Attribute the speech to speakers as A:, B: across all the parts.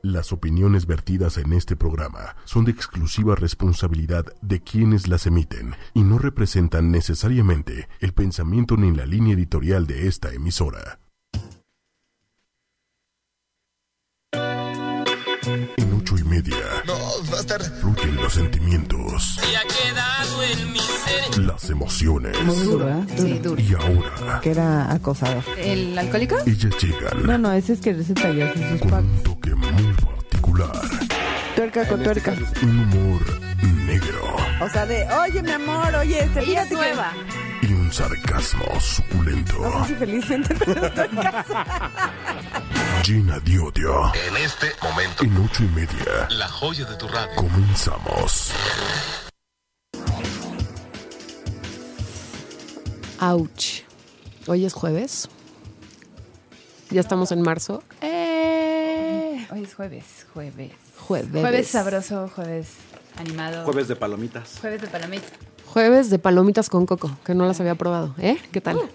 A: Las opiniones vertidas en este programa son de exclusiva responsabilidad de quienes las emiten y no representan necesariamente el pensamiento ni la línea editorial de esta emisora. En ocho y media
B: No, va a estar.
A: fluyen los sentimientos,
C: Ya quedado en mi ser.
A: las emociones.
D: Muy duro, ¿verdad?
E: Sí, duro.
A: Y ahora
D: Que era acosador.
E: ¿El alcohólico?
A: ellas
D: No,
A: llegan
D: no, ese es que se talló en sus
A: con
D: packs.
A: un toque muy particular,
D: Tuerca con tuerca.
A: un humor negro
D: O sea, de, oye, mi amor, oye, este,
E: Ella es
D: fíjate que...
E: nueva.
A: y un sarcasmo suculento.
D: No sé si felizmente, pero estoy en casa.
A: Gina Diodio.
B: En este momento,
A: En ocho y media
B: la joya de tu radio.
A: comenzamos.
F: Ouch. Hoy es jueves. Ya estamos en marzo. ¡Eh!
E: Hoy es jueves, jueves.
F: Jueves.
E: Jueves sabroso, jueves animado. Jueves,
G: Jueves de palomitas.
E: de palomita.
F: Jueves de palomitas con coco, que no las había probado. ¿Eh? ¿Qué tal?
E: Uh,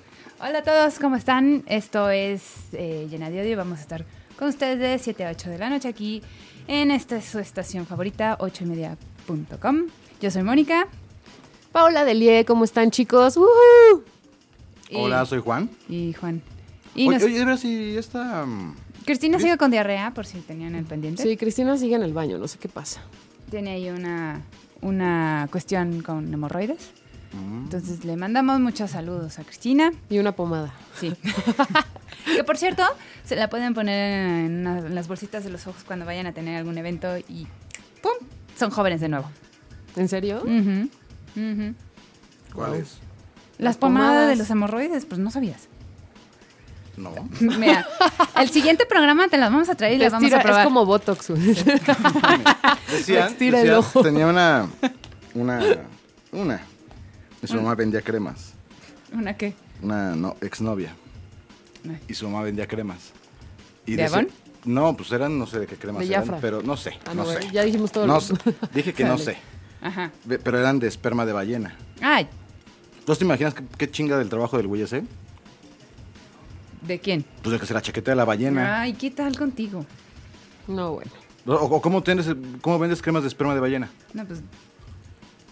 E: Hola a todos, ¿cómo están? Esto es eh, Llena de Odio y vamos a estar con ustedes de 7 a 8 de la noche aquí en esta su estación favorita, 8 y media.com. Yo soy Mónica.
F: Paola Delie, ¿cómo están, chicos? ¡Woohoo!
E: y-
G: Hola, soy Juan.
E: Y Juan. Y
G: Oye,
E: nos-
G: oye, de ver si esta. mm,
E: Cristina sigue con diarrea, por si tenían el pendiente.
F: Sí, Cristina sigue en el baño, no sé qué pasa.
E: Tiene ahí una, una cuestión con hemorroides.
G: Mm.
E: Entonces le mandamos muchos saludos a Cristina.
F: Y una pomada.
E: Sí. que por cierto, se la pueden poner en, una- en las bolsitas de los ojos cuando vayan a tener algún evento y ¡pum! Son jóvenes de nuevo.
F: ¿En serio?
E: Ujú, ujú.
G: ¿Cuál es?
E: Las
F: Las
E: pomadas
F: pomadas.
E: de los hemorroides, pues no sabías.
G: No.
E: Mira, el siguiente programa te las vamos a traer y las
F: Les
E: vamos
F: tira-
E: a probar.
F: Es como Botox. güey.
G: Decían,
F: Estira el
G: decían,
F: ojo.
G: Tenía una. Una. Una. Y
F: Ah.
G: su mamá vendía cremas.
E: ¿Una qué?
G: Una no, exnovia.
E: Ay.
G: Y su mamá vendía cremas. Y
E: ¿De
G: decía-
E: Avon?
G: No, pues eran, no sé de qué cremas
F: De
G: eran,
F: Jafra.
G: pero no sé.
F: Ah,
G: no
F: no,
G: sé.
F: güey, ya dijimos todo
G: No
F: lo-
G: sé. Dije que no
F: Sale.
G: sé.
E: Ajá.
G: Ve- Pero eran de esperma de ballena.
E: Ay,
G: ¿Tú te imaginas qué, qué chinga del trabajo del güey ese?
E: ¿de quién?
G: Pues de que se la chaquetea a la ballena.
E: Ay, ¿qué tal contigo?
F: No, bueno.
G: O, o cómo, tienes, ¿Cómo vendes cremas de esperma de ballena?
E: No, pues.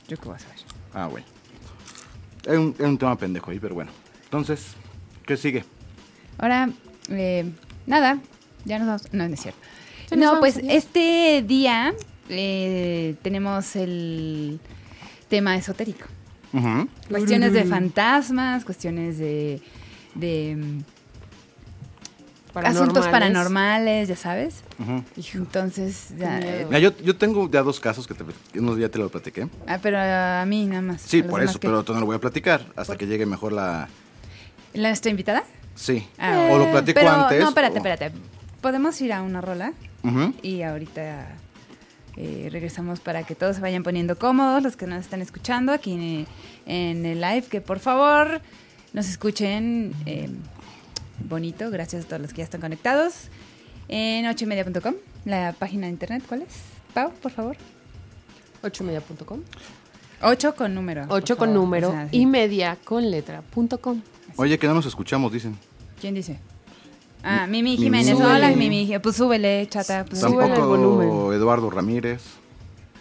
E: Yo qué voy a saber.
G: Ah, güey. Es un, era un tema pendejo ahí, pero bueno. Entonces, ¿qué sigue?
E: Ahora, eh, nada, ya nos vamos. No, no es cierto.
F: Ya nos
E: No,
F: vamos,
E: pues
F: adiós.
E: este día eh, tenemos el tema esotérico.
G: Ujú.
E: Cuestiones de fantasmas, cuestiones de, de mm, asuntos paranormales, ya sabes. Entonces, ya,
F: Qué miedo.
E: eh,
G: Mira, yo, yo tengo ya dos casos que te, que unos ya te lo platiqué.
E: ah, pero a mí nada más.
G: Sí,
E: a los
G: por
E: demás
G: eso,
E: que-
G: pero tú no lo voy a platicar hasta que llegue mejor la...
E: ¿La nuestra invitada?
G: Sí.
E: Ah,
G: o lo platico
E: pero,
G: antes.
E: No, espérate,
G: o-
E: espérate. ¿Podemos ir a una rola?
G: Ujú.
E: Y ahorita eh, regresamos para que todos se vayan poniendo cómodos, los que nos están escuchando aquí en, en el live, que por favor nos escuchen eh, bonito. Gracias a todos los que ya están conectados. En 8ymedia.com, la página de internet, ¿cuál es? Pau, por favor.
F: 8media.com.
E: 8 con número. por
F: 8 con
E: favor.
F: número
E: O sea,
F: y media con letra punto com.
G: Oye, que no nos escuchamos, dicen.
E: ¿Quién dice? Ah, Mimi
G: Mimi.
E: Jiménez.
F: Súbele.
E: Hola, Mimi. Pues súbele, chata. Pues,
F: Súbele el
G: Tampoco
F: volumen.
G: Eduardo Ramírez.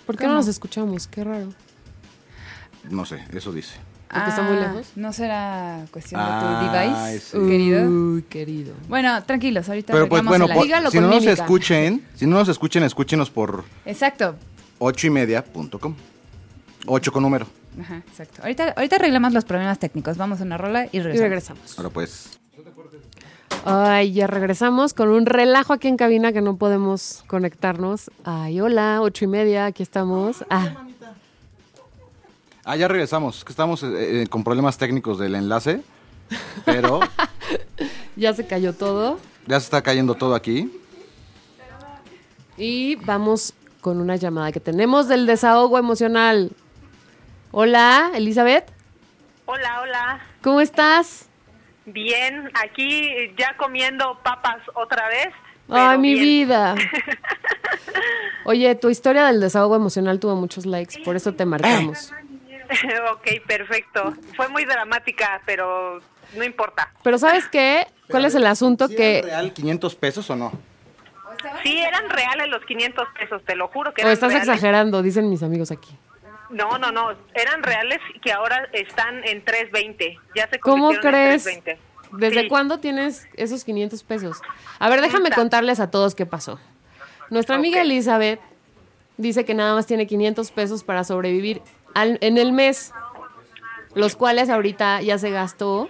F: ¿Por qué
E: ¿Cómo?
F: no nos escuchamos? Qué raro.
G: No sé, eso dice.
F: Porque está muy lejos.
E: Ah, No será cuestión
G: Ay,
E: de
G: sí.
E: tu device, querido.
F: Uy, querido.
E: Bueno, tranquilos, ahorita
G: Pero pues
E: arreglamos
G: bueno,
E: el
G: por-
E: aire.
F: Dígalo
G: si
F: con
G: no nos
F: mímica.
G: escuchen, si no nos escuchen, escúchenos por
E: Exacto.
G: 8 y media.com. 8 con número.
E: Ajá, exacto. Ahorita, ahorita arreglamos los problemas técnicos. Vamos a una rola y
F: Y
E: regresamos.
F: regresamos.
G: Ahora pues,
F: Ay, ya regresamos con un relajo aquí en cabina que no podemos conectarnos. Ay, hola, ocho y media, aquí estamos. Ah,
G: Ah, ya regresamos, que estamos eh, eh, con problemas técnicos del enlace, pero
F: ya se cayó todo.
G: ya se está cayendo todo aquí.
F: Y vamos con una llamada que tenemos del desahogo emocional. Hola, Elizabeth,
H: Hola, hola.
F: ¿cómo estás?
H: Bien, aquí ya comiendo papas otra vez.
F: Ay,
H: pero
F: mi
H: bien.
F: vida. Oye, tu historia del desahogo emocional tuvo muchos likes, por eso te
H: Eh.
F: marcamos.
H: ok, perfecto. Fue muy dramática, pero no importa.
F: Pero ¿sabes qué? ¿Cuál es el asunto
G: ¿Sí
F: que
G: era real 500 pesos o no?
H: Sí, eran reales los 500 pesos, te lo juro que ¿eh?
F: O
H: eran
F: estás
H: reales.
F: exagerando, dicen mis amigos aquí.
H: No, no, no, eran reales que ahora están en 320. Ya se
F: ¿Cómo
H: convirtieron en
F: crees?
H: 320.
F: ¿Desde
H: Sí.
F: cuándo tienes esos 500 pesos? A ver, déjame
H: Neta.
F: contarles a todos qué pasó. Nuestra amiga
H: Ok.
F: Elizabeth dice que nada más tiene 500 pesos para sobrevivir al- en el mes, los cuales ahorita ya se gastó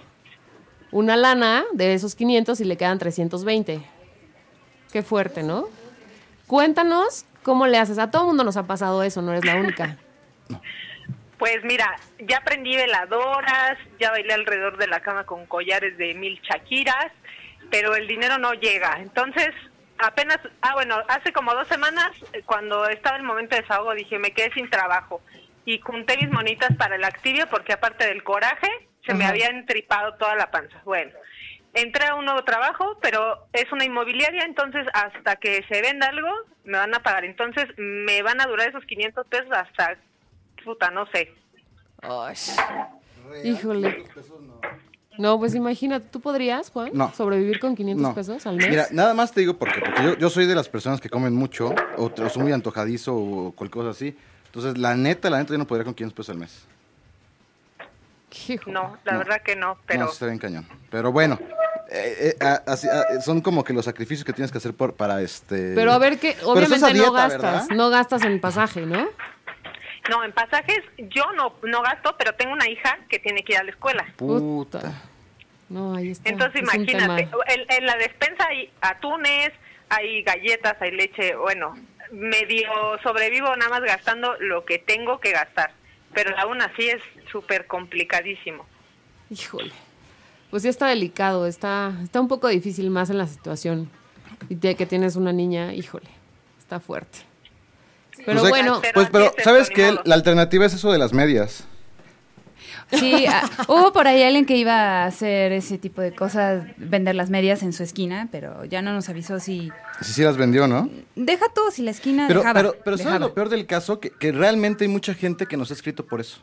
F: una lana de esos 500 y le quedan 320. Qué fuerte, ¿no? Cuéntanos cómo le haces. A todo mundo nos ha pasado eso, no eres la única.
H: Pues mira, ya aprendí veladoras, ya bailé alrededor de la cama con collares de mil chaquiras, pero el dinero no llega. Entonces, apenas, ah, bueno, hace como dos semanas, eh, cuando estaba el momento de desahogo, dije, me quedé sin trabajo. Y junté mis monitas para el Activia porque aparte del coraje, se me
F: Ajá.
H: había entripado toda la panza. Bueno, entré a un nuevo trabajo, pero es una inmobiliaria, entonces hasta que se venda algo, me van a pagar. Entonces, me van a durar esos 500 pesos hasta, puta, no sé,
F: Ay, Híjole. No, pues imagínate, ¿tú podrías, Juan,
G: No.
F: sobrevivir con 500
G: No.
F: pesos al mes?
G: Mira, nada más te digo porque, porque yo, yo soy de las personas que comen mucho o, t- o soy muy antojadizo o cualquier cosa así. Entonces, la neta, la neta, yo no podría con 500 pesos al mes.
F: Hijo.
H: No, la
G: No.
H: verdad que no,
G: No,
H: pero
G: sí está bien cañón. Pero bueno, eh, eh, a- así- a- son como que los sacrificios que tienes que hacer por- para este...
F: Pero a ver que
G: Pero estás
F: obviamente
G: a dieta,
F: no gastas,
G: ¿verdad?
F: no gastas en pasaje, ¿no?
H: no, en pasajes yo no, no gasto, pero tengo una hija que tiene que ir a la escuela.
G: Puta.
F: No, ahí está.
H: Entonces
F: es un
H: imagínate,
F: tema.
H: en, en la despensa hay atunes, hay galletas, hay leche, bueno, medio sobrevivo nada más gastando lo que tengo que gastar, pero aún así es súper complicadísimo.
F: Híjole. Pues ya está delicado, está, está un poco difícil más en la situación. Y de que tienes una niña, híjole, está fuerte. Pero
G: Pues hay-
F: bueno,
H: Pero
G: pues,
H: así
G: pero
H: es esto,
G: ¿sabes
H: ni
G: qué?
H: modo.
G: La alternativa es eso de las medias.
E: Sí, ah, hubo por ahí alguien que iba a hacer ese tipo de cosas, vender las medias en su esquina, pero ya no nos avisó si...
G: Si sí las vendió, ¿no?
E: Deja tú, si la esquina
G: Pero,
E: Ah, dejaba.
G: pero, pero ¿sabes
E: dejaba.
G: lo peor del caso? Que, que realmente hay mucha gente que nos ha escrito por eso.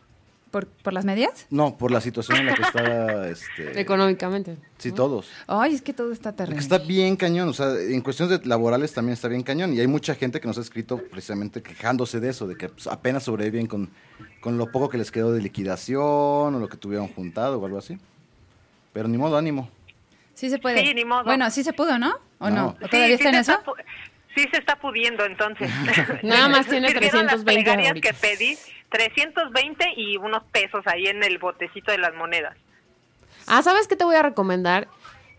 E: ¿Por, ¿Por las medias?
G: No, por la situación en la que está... Este,
F: económicamente.
G: sí, todos.
E: Ay, es que todo está terrible.
G: Porque está bien cañón, o sea, en cuestiones de laborales también está bien cañón. Y hay mucha gente que nos ha escrito precisamente quejándose de eso, de que pues, apenas sobreviven con, con lo poco que les quedó de liquidación o lo que tuvieron juntado o algo así. Pero ni modo, ánimo.
E: Sí se puede.
H: Sí, ni modo.
E: Bueno, sí se pudo, ¿no? ¿O no?
G: No.
E: ¿O todavía está en
H: se
E: eso?
H: está pu- sí se está pudiendo entonces.
F: Nada más tiene
H: Sirvieron
F: 320
H: las plegarias
F: ahorita.
H: que pedí, 320 y unos pesos ahí en el botecito de las monedas.
F: Ah, ¿sabes qué te voy a recomendar?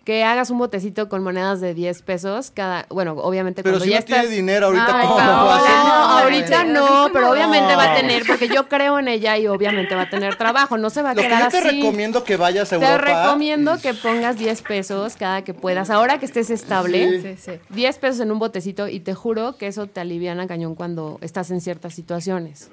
F: Que hagas un botecito con monedas de 10 pesos cada, bueno, obviamente
G: Pero
F: cuando
G: si
F: ya
G: no
F: estás...
G: tiene dinero ahorita,
E: Ay,
G: ¿cómo
E: Paola,
G: va a hacer?
F: No,
E: no,
F: ahorita
E: no,
F: no,
E: no,
F: pero
E: no.
F: obviamente va a tener, porque yo creo en ella y obviamente va a tener trabajo, no se va a
G: Lo que
F: quedar
G: yo te
F: así.
G: recomiendo que vayas a
F: Te
G: Europa.
F: recomiendo que pongas 10 pesos cada que puedas, ahora que estés estable.
E: Sí, sí.
F: 10 pesos en un botecito y te juro que eso te aliviana cañón cuando estás en ciertas situaciones.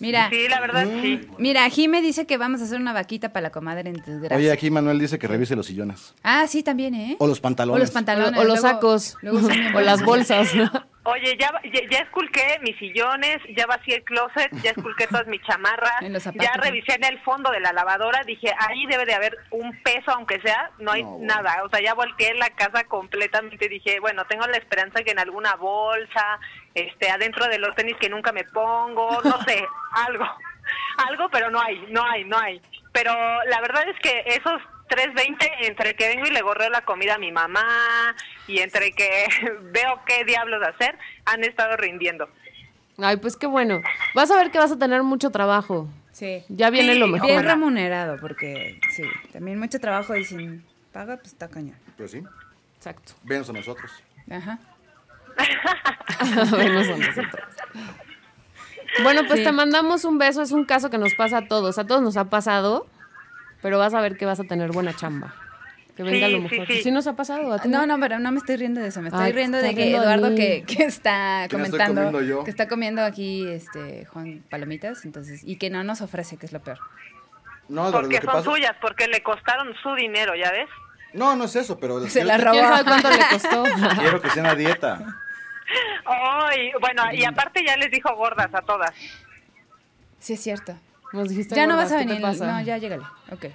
E: Mira,
H: Sí, la verdad, sí.
E: mira, Jime dice que vamos a hacer una vaquita para la comadre en desgracia.
G: Oye, aquí Manuel dice que revise los sillones.
E: Ah, sí, también, ¿eh?
G: O los
E: O
G: pantalones.
E: los pantalones.
F: O, o los
E: luego-
F: sacos,
E: luego son bien
F: o las
E: buenos.
F: bolsas.
H: Oye, ya, ya, ya esculqué mis sillones, ya vacié el closet, ya esculqué todas mis chamarras,
E: En los zapatos.
H: ya revisé en el fondo de la lavadora, dije, ahí debe de haber un peso, aunque sea, no hay nada. O sea, ya volqué la casa completamente, dije, bueno, tengo la esperanza que en alguna bolsa, este, adentro de los tenis que nunca me pongo, no sé, algo, algo, pero no hay, no hay, no hay. Pero la verdad es que esos 3.20, entre que vengo y le gorreo la comida a mi mamá y entre que veo qué diablos hacer, han estado rindiendo.
F: Ay, pues qué bueno. Vas a ver que vas a tener mucho trabajo.
E: Sí.
F: Ya viene
H: Sí,
F: lo
E: Bien
F: mejor.
E: remunerado, porque sí, también mucho trabajo y sin paga, pues está cañón.
G: Pues sí,
F: Exacto.
G: venos a nosotros.
E: Ajá.
F: Bueno, son nosotros. Bueno, pues te mandamos un beso. Es un caso que nos pasa a todos. A todos nos ha pasado, pero vas a ver que vas a tener buena chamba. Que venga
H: Sí,
F: lo mejor.
H: sí, sí.
F: nos ha pasado? ¿A ti
E: No, no, pero no me estoy riendo de eso. Me estoy
F: Ay,
E: riendo
F: está
E: de que
F: riendo de
E: Eduardo
F: mí.
E: que, que está
G: Que me estoy
E: comentando
G: comiendo yo.
E: que está comiendo aquí este Juan Palomitas, entonces, y que no nos ofrece, que es lo peor.
G: No, Eduardo,
H: Porque
G: lo que
H: son
G: pasa...
H: suyas, porque le costaron su dinero, ¿ya ves?
G: No, no es eso, pero...
E: Se la
F: ¿Quién
E: robó.
F: sabe cuánto le costó?
G: Quiero que sea una dieta.
H: Ay, bueno, y aparte ya les dijo gordas a todas.
E: Sí es cierto.
F: Nos dijiste,
E: ya no
F: gordas,
E: vas a
F: ¿qué te
E: venir.
F: pasa?
E: No, ya llégale. Ok.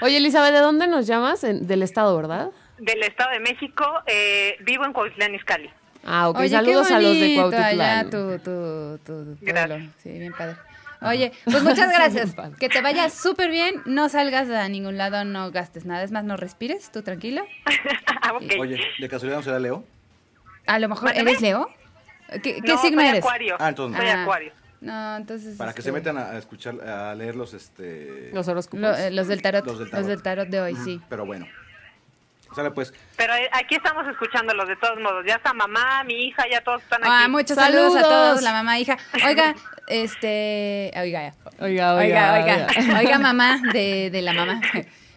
F: Oye, Elizabeth, ¿de dónde nos llamas? En- del estado, ¿verdad?
H: del Estado de México, eh, vivo en Cuautitlán, Izcalli.
F: Ah, ok.
E: Oye,
F: Saludos
E: qué
F: a los de
E: bonito
F: Cuautitlán.
E: Allá tu, tu, tu
H: Gracias.
E: pueblo. Sí, bien padre. Oye, pues muchas gracias.
F: Bien padre.
E: que te vaya súper bien. No salgas a ningún lado, no gastes nada. Es más, no respires, tú tranquila.
H: Ah, ok.
G: Oye, ¿de casualidad no será Leo?
E: A lo mejor,
H: Mándame.
E: ¿eres Leo? ¿Qué, qué
H: No,
E: signo
H: soy
E: eres?
H: Acuario.
G: Ah, entonces no.
H: Soy
E: Ah,
H: acuario.
E: No, entonces.
G: Para que
E: este,
G: se metan a a escuchar, a leer los, este...
F: Los horóscopos.
E: lo- eh, los del tarot.
G: Los
E: Los
G: del
E: del
G: tarot.
E: tarot, de hoy, sí.
G: Pero bueno. Sale pues.
H: Pero eh, aquí estamos escuchándolos de todos modos. Ya está mamá, mi hija, ya todos están aquí.
E: Ah, muchos saludos. a
F: Saludos.
E: todos, la mamá, hija. Oiga, este. Oiga,
F: Oiga,
E: oiga, oiga, oiga, mamá de, de la mamá.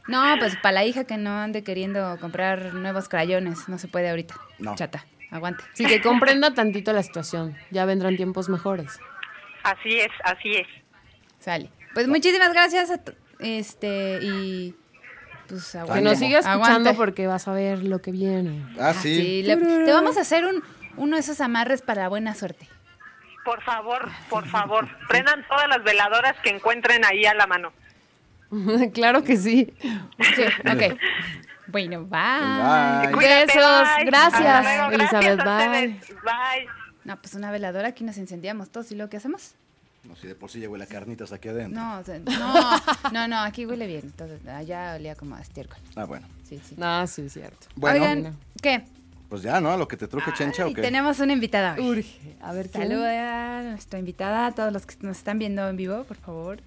E: No, pues para la hija que no ande queriendo comprar nuevos crayones, no se puede ahorita.
G: No.
E: Chata, aguante.
F: Sí, que comprenda tantito la situación. Ya vendrán tiempos mejores.
H: Así es, así es.
E: Sale. Pues muchísimas gracias a to- este y pues aguante.
F: Que nos siga escuchando
E: Aguante.
F: porque vas a ver lo que viene.
G: Ah,
E: Ah,
G: sí.
E: sí, le- te vamos a hacer un uno de esos amarres para buena suerte.
H: Por favor, por favor, prendan todas las veladoras que encuentren ahí a la mano.
F: claro que sí.
E: Sí, ok. Bueno, bye.
G: Bye.
F: Besos,
H: bye.
F: gracias,
H: Hasta luego,
F: Elizabeth,
H: gracias a
F: bye.
H: ustedes. Bye.
E: No, pues una veladora aquí nos incendiamos todos y luego ¿qué hacemos?
G: No, si de por sí ya huele a carnitas aquí adentro.
E: No, o sea, no, no, no, aquí huele bien. Entonces, allá olía como a estiércol.
G: Ah, bueno.
E: Sí, sí.
F: Ah, sí, cierto.
G: Bueno,
E: Oigan, ¿qué?
G: pues ya, ¿no? A lo que te truje, Chencha, ¿o
E: Y
G: qué?
E: tenemos una invitada hoy.
F: Urge. A ver, ¿quién?
E: Saluda a nuestra invitada, a todos los que nos están viendo en vivo, por favor.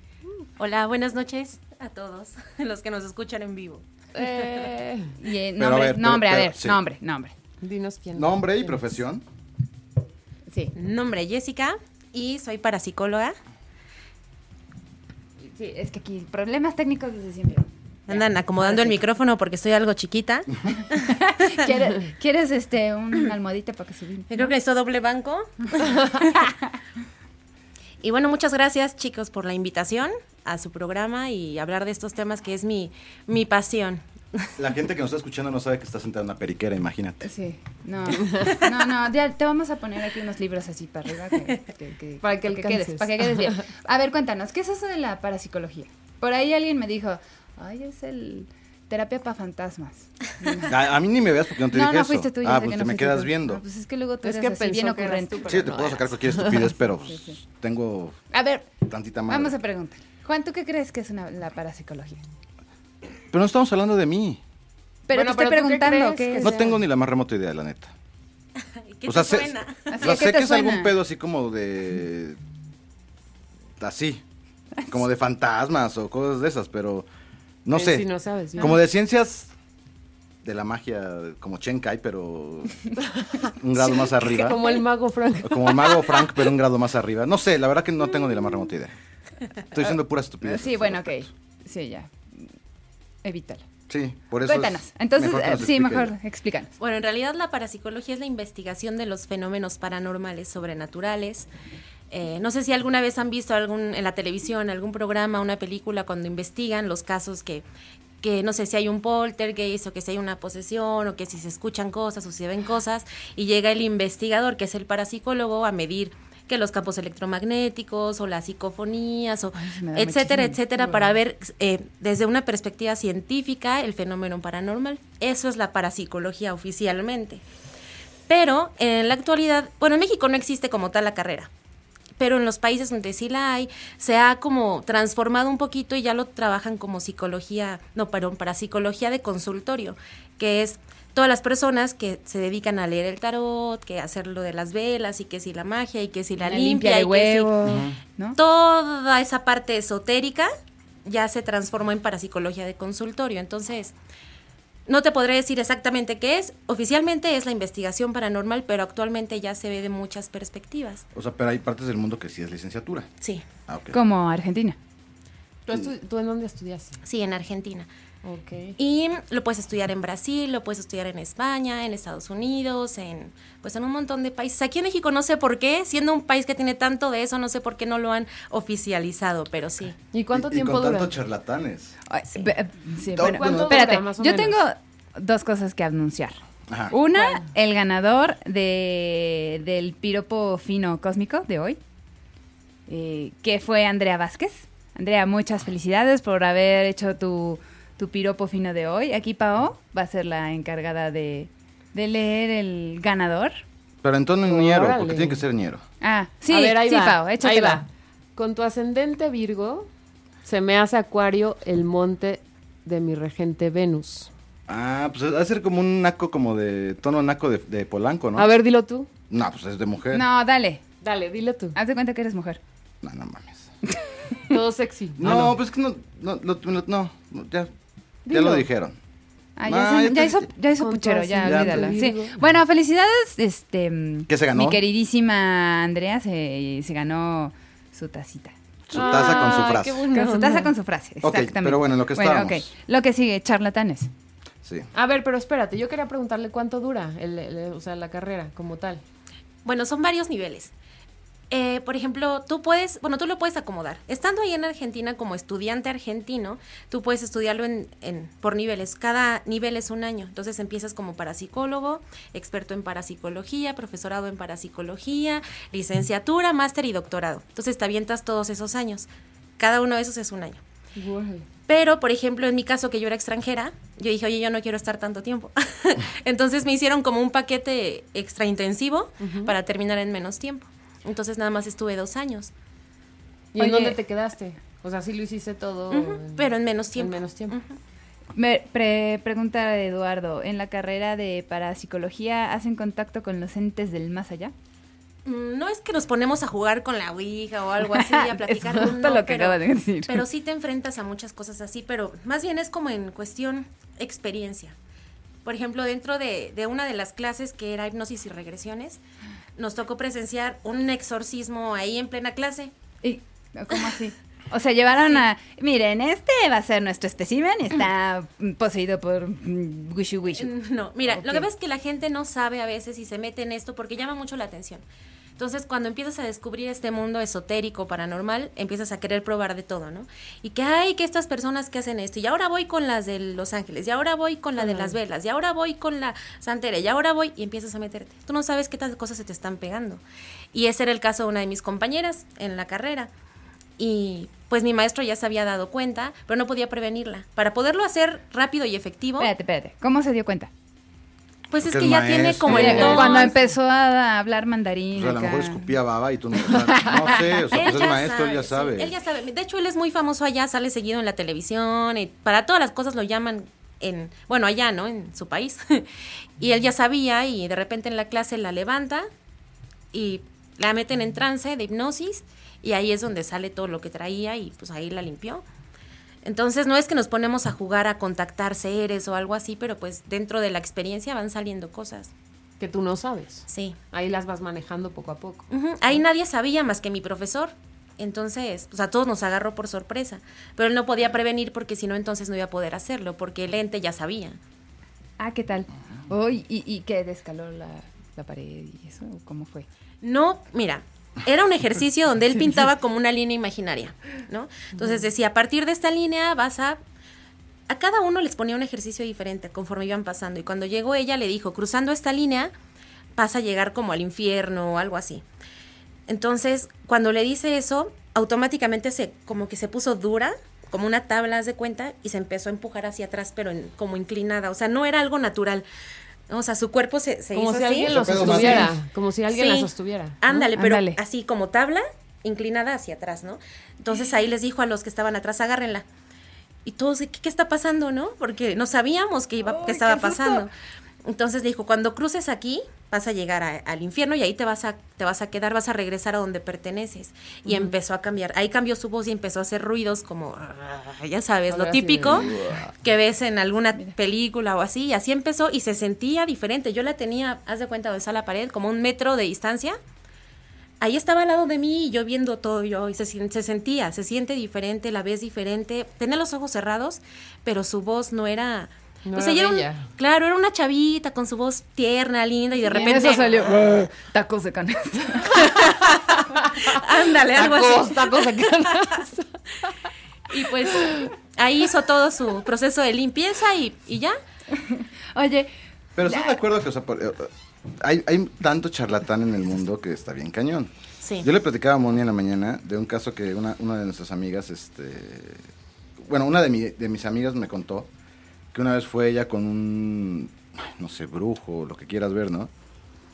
I: Hola, buenas noches a todos los que nos escuchan en vivo.
F: Eh,
E: Y, eh,
G: Pero a
E: nombre,
G: ver, pero-
E: nombre,
G: pero-
E: a ver,
G: sí.
E: nombre, nombre.
F: dinos quién.
G: Nombre y
F: quién es.
G: profesión.
E: Sí.
I: Nombre Jessica y soy parapsicóloga.
E: sí, es que aquí problemas técnicos desde siempre.
I: Andan acomodando el micrófono porque estoy algo chiquita.
E: ¿Quieres, quieres, este, una almohadita para que subimos?
I: Yo creo que hizo doble banco. y bueno, muchas gracias chicos por la invitación a su programa y hablar de estos temas que es mi, mi pasión.
G: La gente que nos está escuchando no sabe que está sentada en una periquera, imagínate.
E: Sí, no, no, no, ya te vamos a poner aquí unos libros así para arriba que, que- que-
F: Para que alcances.
E: quedes, para que quedes bien. A ver, cuéntanos, ¿qué es eso de la parapsicología? Por ahí alguien me dijo, ay, es el terapia para fantasmas.
G: A, a mí ni me veas porque no te
E: No,
G: dije
E: no
G: eso.
E: fuiste tú, yo
G: ah,
E: sé que
G: pues te
E: no
G: me
E: fuiste
G: quedas
E: tú.
G: viendo.
E: No, pues es que luego tú
F: Es
E: eres
F: que
E: así,
F: pensó
E: bien
F: que eras tú,
E: ocurrente.
F: pero
G: sí, te
F: no
G: puedo sacar
F: eras.
G: cualquier estupidez, pero pues, tengo
E: A ver,
G: tantita mano.
E: vamos a preguntar. Juan, ¿tú qué crees que es una, la parapsicología?
G: Pero no estamos hablando de mí.
E: Pero
F: Bueno, pero
E: te estoy
F: ¿tú qué
E: preguntando
F: crees
E: qué
F: que
E: es.
G: No tengo ni la más remota idea, la neta.
I: ¿Qué
G: o
I: te
G: sea, sé,
I: suena?
G: o sea,
E: Así, ¿qué
G: sé
E: te
G: que es algún
E: suena?
G: pedo así como de... Así. Como de fantasmas o cosas de esas, pero... No
F: Eh,
G: sé.
F: si no sabes, bien.
G: Como de ciencias de la magia, como Chen Kai, pero un grado más arriba.
F: Como el mago Frank.
G: O Como el mago Frank, pero un grado más arriba. No sé, la verdad que no tengo ni la más remota idea. Estoy diciendo pura estupidez.
E: Sí, bueno, ok. Sí, ya. Evítalo.
G: Sí, por eso. es
E: Cuéntanos. Entonces,
G: mejor que
E: eh,
G: nos
E: sí,
G: explique
E: mejor,
G: ella.
E: explícanos.
I: Bueno, en realidad la parapsicología es la investigación de los fenómenos paranormales, sobrenaturales. Eh, no sé si alguna vez han visto algún en la televisión, algún programa, una película cuando investigan los casos que que no sé si hay un poltergeist o que si hay una posesión o que si se escuchan cosas o si se ven cosas y llega el investigador que es el parapsicólogo a medir que los campos electromagnéticos o las psicofonías o
E: se me da
I: etcétera,
E: muchísimo.
I: etcétera, para ver eh, desde una perspectiva científica el fenómeno paranormal. Eso es la parapsicología oficialmente. Pero en la actualidad, bueno, en México no existe como tal la carrera, pero en los países donde sí la hay, se ha como transformado un poquito y ya lo trabajan como psicología, no, perdón, para psicología de consultorio, que es todas las personas que se dedican a leer el tarot, que hacer lo de las velas y que si la magia y que si la, limpia,
E: de
I: y que si-
E: huevo, ¿no?
I: toda esa parte esotérica ya se transformó en parapsicología de consultorio. Entonces, no te podré decir exactamente qué es. Oficialmente es la investigación paranormal, pero actualmente ya se ve de muchas perspectivas.
G: O sea, pero hay partes del mundo que sí es licenciatura.
I: Sí,
G: Ah, ok.
E: Como Argentina.
F: ¿Tú, estu- tú en dónde estudiaste?
I: sí, en Argentina.
F: Ok.
I: Y lo puedes estudiar en Brasil, lo puedes estudiar en España, en Estados Unidos, en pues en un montón de países. Aquí en México no sé por qué, siendo un país que tiene tanto de eso, no sé por qué no lo han oficializado, pero sí.
F: ¿Y cuánto
G: Y- y
F: tiempo
G: con
F: dura?
G: tantos charlatanes.
E: Ay, ve- eh, sí,
G: ¿Cuánto
E: bueno,
F: dura,
E: espérate,
F: más o
E: yo
F: menos?
E: tengo dos cosas que anunciar.
G: Ajá.
E: Una, el ganador de, del piropo fino cósmico de hoy, eh, que fue Andrea Vázquez. Andrea, muchas felicidades por haber hecho tu, tu piropo fino de hoy. Aquí Pao va a ser la encargada de, de leer el ganador.
G: Pero en tono ñero,
F: Órale.
G: porque tiene que ser ñero.
E: Ah, sí,
F: A ver, ahí
E: sí,
F: va.
E: Pao,
F: ahí
E: échatela.
F: va. Con tu ascendente Virgo, se me hace Acuario el monte de mi regente Venus.
G: Ah, pues va a ser como un naco, como de tono naco de, de polanco, ¿no?
F: A ver, dilo tú.
G: No, pues es de mujer. No,
E: No, dale.
F: Dale, dilo tú.
E: Haz de cuenta que eres mujer.
G: no mames.
F: Todo sexy.
G: Ah, No,
F: Ah,
G: pues es que no, no, lo- lo- no, no, ya, ya
F: Dilo.
G: lo dijeron.
E: Ah,
G: No,
E: ya, hizo,
G: yo
E: ya,
G: te-
E: hizo, ya hizo
F: Con
E: puchero,
F: todo
E: ya,
G: así, ya
E: olvídala.
F: te
E: Sí.
F: digo.
E: Bueno, felicidades, este... mm,
G: ¿Qué se ganó?
E: Mi queridísima Andrea se, se ganó su tacita.
G: Su taza con su
F: Ay,
G: frase.
F: Ah, qué
E: Con
F: buena
E: su
F: onda.
E: taza, con su frase,
G: Ok,
E: exactamente.
G: pero bueno, en lo que
E: Bueno,
G: estábamos.
E: ok. Lo que sigue, charlatanes.
G: Sí.
F: A ver, pero espérate, yo quería preguntarle cuánto dura, el- el- o sea, la carrera como tal.
I: Bueno, son varios niveles. Eh, por ejemplo, tú puedes, bueno, tú lo puedes acomodar. Estando ahí en Argentina como estudiante argentino, tú puedes estudiarlo en, en- por niveles. Cada nivel es un año. Entonces empiezas como parapsicólogo, experto en parapsicología, profesorado en parapsicología, licenciatura, máster y doctorado. Entonces te avientas todos esos años. Cada uno de esos es un año. Pero, por ejemplo, en mi caso, que yo era extranjera, yo dije, oye, yo no quiero estar tanto tiempo. Entonces me hicieron como un paquete extra intensivo para terminar en menos tiempo. Entonces nada más estuve dos años,
F: ¿Y
E: Oye.
F: en dónde te quedaste? O sea, sí lo hiciste todo.
I: Ujú, pero en menos tiempo.
F: Oh, En menos tiempo.
E: Me pre- pregunta a Eduardo, ¿en la carrera de parapsicología hacen contacto con los entes del más allá?
I: Mm, No es que nos ponemos a jugar con la Ouija o algo así, a platicar.
E: Es
I: no,
E: justo lo que
I: pero-
E: acabas de decir.
I: Pero sí te enfrentas a muchas cosas así, pero más bien es como en cuestión experiencia. Por ejemplo, dentro de, de una de las clases que era hipnosis y regresiones, nos tocó presenciar un exorcismo ahí en plena clase.
E: Y- ¿Cómo así? O sea, llevaron a... Miren, este va a ser nuestro espécimen y está mm, poseído por mm, Wishu Wishu.
I: No, mira,
E: Ok.
I: lo que pasa es que la gente no sabe a veces y se mete en esto porque llama mucho la atención. Entonces, cuando empiezas a descubrir este mundo esotérico, paranormal, empiezas a querer probar de todo, ¿no? Y que hay que estas personas que hacen esto, y ahora voy con las de Los Ángeles, y ahora voy con la de las velas, y ahora voy con la santera, y ahora voy, y empiezas a meterte. Tú no sabes qué tantas cosas se te están pegando. Y ese era el caso de una de mis compañeras en la carrera. Y pues mi maestro ya se había dado cuenta, pero no podía prevenirla. Para poderlo hacer rápido y efectivo,
E: Espérate, espérate. ¿Cómo se dio cuenta?
I: pues es
G: Porque
I: que
G: es
I: ya
G: maestro.
I: tiene como
G: Sí,
I: el don.
E: Eh, Cuando empezó a hablar mandarín.
G: Pues a lo
E: acá.
G: mejor escupía baba y tú no sabes. No sé, o sea,
I: Él
G: pues es maestro, él ya
I: sí,
G: sabe.
I: él ya sabe. De hecho, él es muy famoso allá, sale seguido en la televisión, y para todas las cosas lo llaman en, bueno, allá, ¿no? En su país. y él ya sabía y de repente en la clase la levanta y la meten en trance de hipnosis y ahí es donde sale todo lo que traía y pues ahí la limpió. Entonces no es que nos ponemos a jugar a contactar seres o algo así, pero pues dentro de la experiencia van saliendo cosas.
F: Que tú no sabes.
I: Sí.
F: Ahí las vas manejando poco a poco.
I: Ujú, Ahí nadie sabía más que mi profesor. Entonces, pues a todos nos agarró por sorpresa. Pero él no podía prevenir porque si no, entonces no iba a poder hacerlo, porque el ente ya sabía.
E: Ah, ¿qué tal? Uy, y, y que descaló la, la pared y eso? ¿Cómo fue?
I: No, mira, era un ejercicio donde él pintaba como una línea imaginaria, ¿no? Entonces decía, a partir de esta línea vas a... A cada uno les ponía un ejercicio diferente conforme iban pasando. Y cuando llegó ella le dijo, cruzando esta línea vas a llegar como al infierno o algo así. Entonces, cuando le dice eso, automáticamente se como que se puso dura, como una tabla, haz de cuenta, y se empezó a empujar hacia atrás, pero en- como inclinada. O sea, no era algo natural. O sea, su cuerpo se, se
F: Como
I: hizo
F: si
I: así.
F: alguien lo
G: Ese pedo
F: sostuviera.
G: más
F: Como si alguien
I: Sí.
F: la sostuviera. ¿no?
I: Ándale, pero
E: Ándale.
I: así como tabla, inclinada hacia atrás, ¿no? Entonces ahí les dijo a los que estaban atrás, agárrenla. Y todos, ¿qué, qué está pasando, no? Porque no sabíamos qué, iba,
E: Ay,
I: qué estaba
E: qué susto.
I: pasando. Entonces dijo, cuando cruces aquí, vas a llegar a- al infierno y ahí te vas, a, te vas a quedar, vas a regresar a donde perteneces. Y empezó a cambiar. Ahí cambió su voz y empezó a hacer ruidos como, "Ah, ya sabes,
F: Ahora
I: lo
F: sí,
I: típico que ves en alguna película o así. Y así empezó y se sentía diferente. Yo la tenía, haz de cuenta, donde está la pared, como un metro de distancia ahí estaba al lado de mí y yo viendo todo yo y se, sien- se sentía, se siente diferente, la ves diferente, tenía los ojos cerrados, pero su voz no era...
F: No
I: pues
F: era
I: ella un-
F: bella.
I: claro, era una chavita con su voz tierna, linda y de repente...
E: Eso salió. Tacos de canasta.
I: Ándale, algo así.
F: tacos de canasta.
I: Y pues ahí hizo todo su proceso de limpieza y, y ya.
E: Oye,
G: Pero estás de acuerdo que, o sea, por- eh, hay, hay tanto charlatán en el mundo que está bien cañón.
I: Sí.
G: Yo le platicaba a Moni en la mañana de un caso que una, una de nuestras amigas, este, bueno, una de, mi- de mis amigas me contó que una vez fue ella con un, ay, no sé, brujo, lo que quieras ver, ¿no?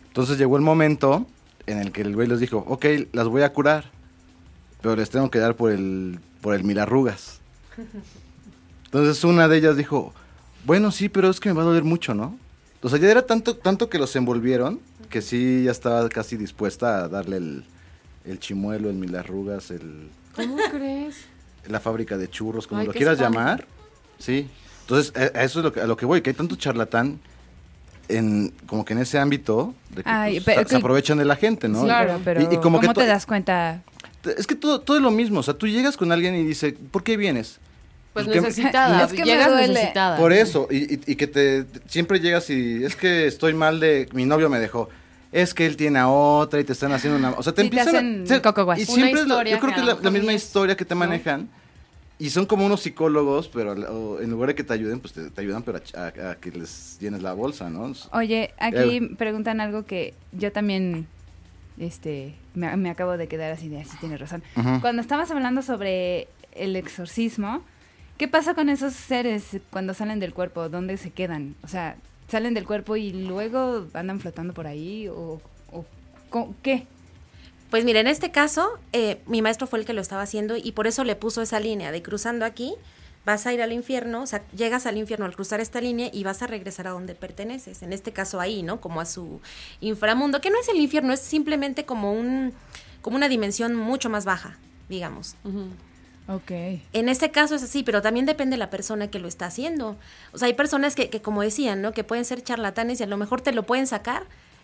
G: Entonces llegó el momento en el que el güey les dijo, ok, las voy a curar, pero les tengo que dar por el, por el mil arrugas. Entonces una de ellas dijo, bueno, sí, pero es que me va a doler mucho, ¿no? O sea, ya era tanto, tanto que los envolvieron que sí ya estaba casi dispuesta a darle el, el chimuelo, el mil arrugas, el,
F: ¿Cómo crees?
G: la fábrica de churros, como
F: Ay,
G: lo
F: qué
G: quieras
F: espanto.
G: llamar. Sí. Entonces, a, a eso es lo que, a lo que voy, que hay tanto charlatán en como que en ese ámbito de que
E: Ay,
G: pues,
E: pero
G: se- se
E: que-
G: aprovechan de la gente, ¿no?
E: Claro,
G: Y-
E: pero
G: y como que
E: ¿cómo
G: to-
E: te das cuenta?
G: Es que todo, todo es lo mismo, o sea, tú llegas con alguien y dice, "¿Por qué vienes?"
F: Pues
G: Es que-
F: necesitada.
E: Es que me
F: Llegas
E: duele.
F: necesitada.
G: Por eso, y, y- y que te siempre llegas y es que estoy mal de mi novio me dejó. Es que él tiene a otra y te están haciendo una, o sea, te
E: Sí, te
G: empiezan a-
E: hacen
G: sí,
E: coco wash.
G: y
E: Una
G: siempre es la-
F: historia
G: yo creo
F: que
G: que
F: a lo
G: es la, la
F: mejor
G: misma
F: es,
G: historia que te
F: ¿no?
G: manejan y son como unos psicólogos, pero la- o en lugar de que te ayuden, pues te, te ayudan pero a, a- a que les llenes la bolsa, ¿no?
E: Oye, aquí
G: Eh.
E: preguntan algo que yo también este, me, me acabo de quedar así de así, tienes razón.
G: Ujú.
E: Cuando estabas hablando sobre el exorcismo, ¿qué pasa con esos seres cuando salen del cuerpo? ¿Dónde se quedan? O sea, ¿salen del cuerpo y luego andan flotando por ahí? ¿O, o co- qué?
I: Pues mira, en este caso, eh, mi maestro fue el que lo estaba haciendo y por eso le puso esa línea de cruzando aquí, vas a ir al infierno, o sea, llegas al infierno al cruzar esta línea y vas a regresar a donde perteneces. En este caso ahí, ¿no? Como a su inframundo, que no es el infierno, es simplemente como un, como una dimensión mucho más baja, digamos.
F: Ujú.
E: Ok.
I: En este caso es así, pero también depende de la persona que lo está haciendo. O sea, hay personas que, que, como decían, ¿no? Que pueden ser charlatanes y a lo mejor te lo pueden sacar.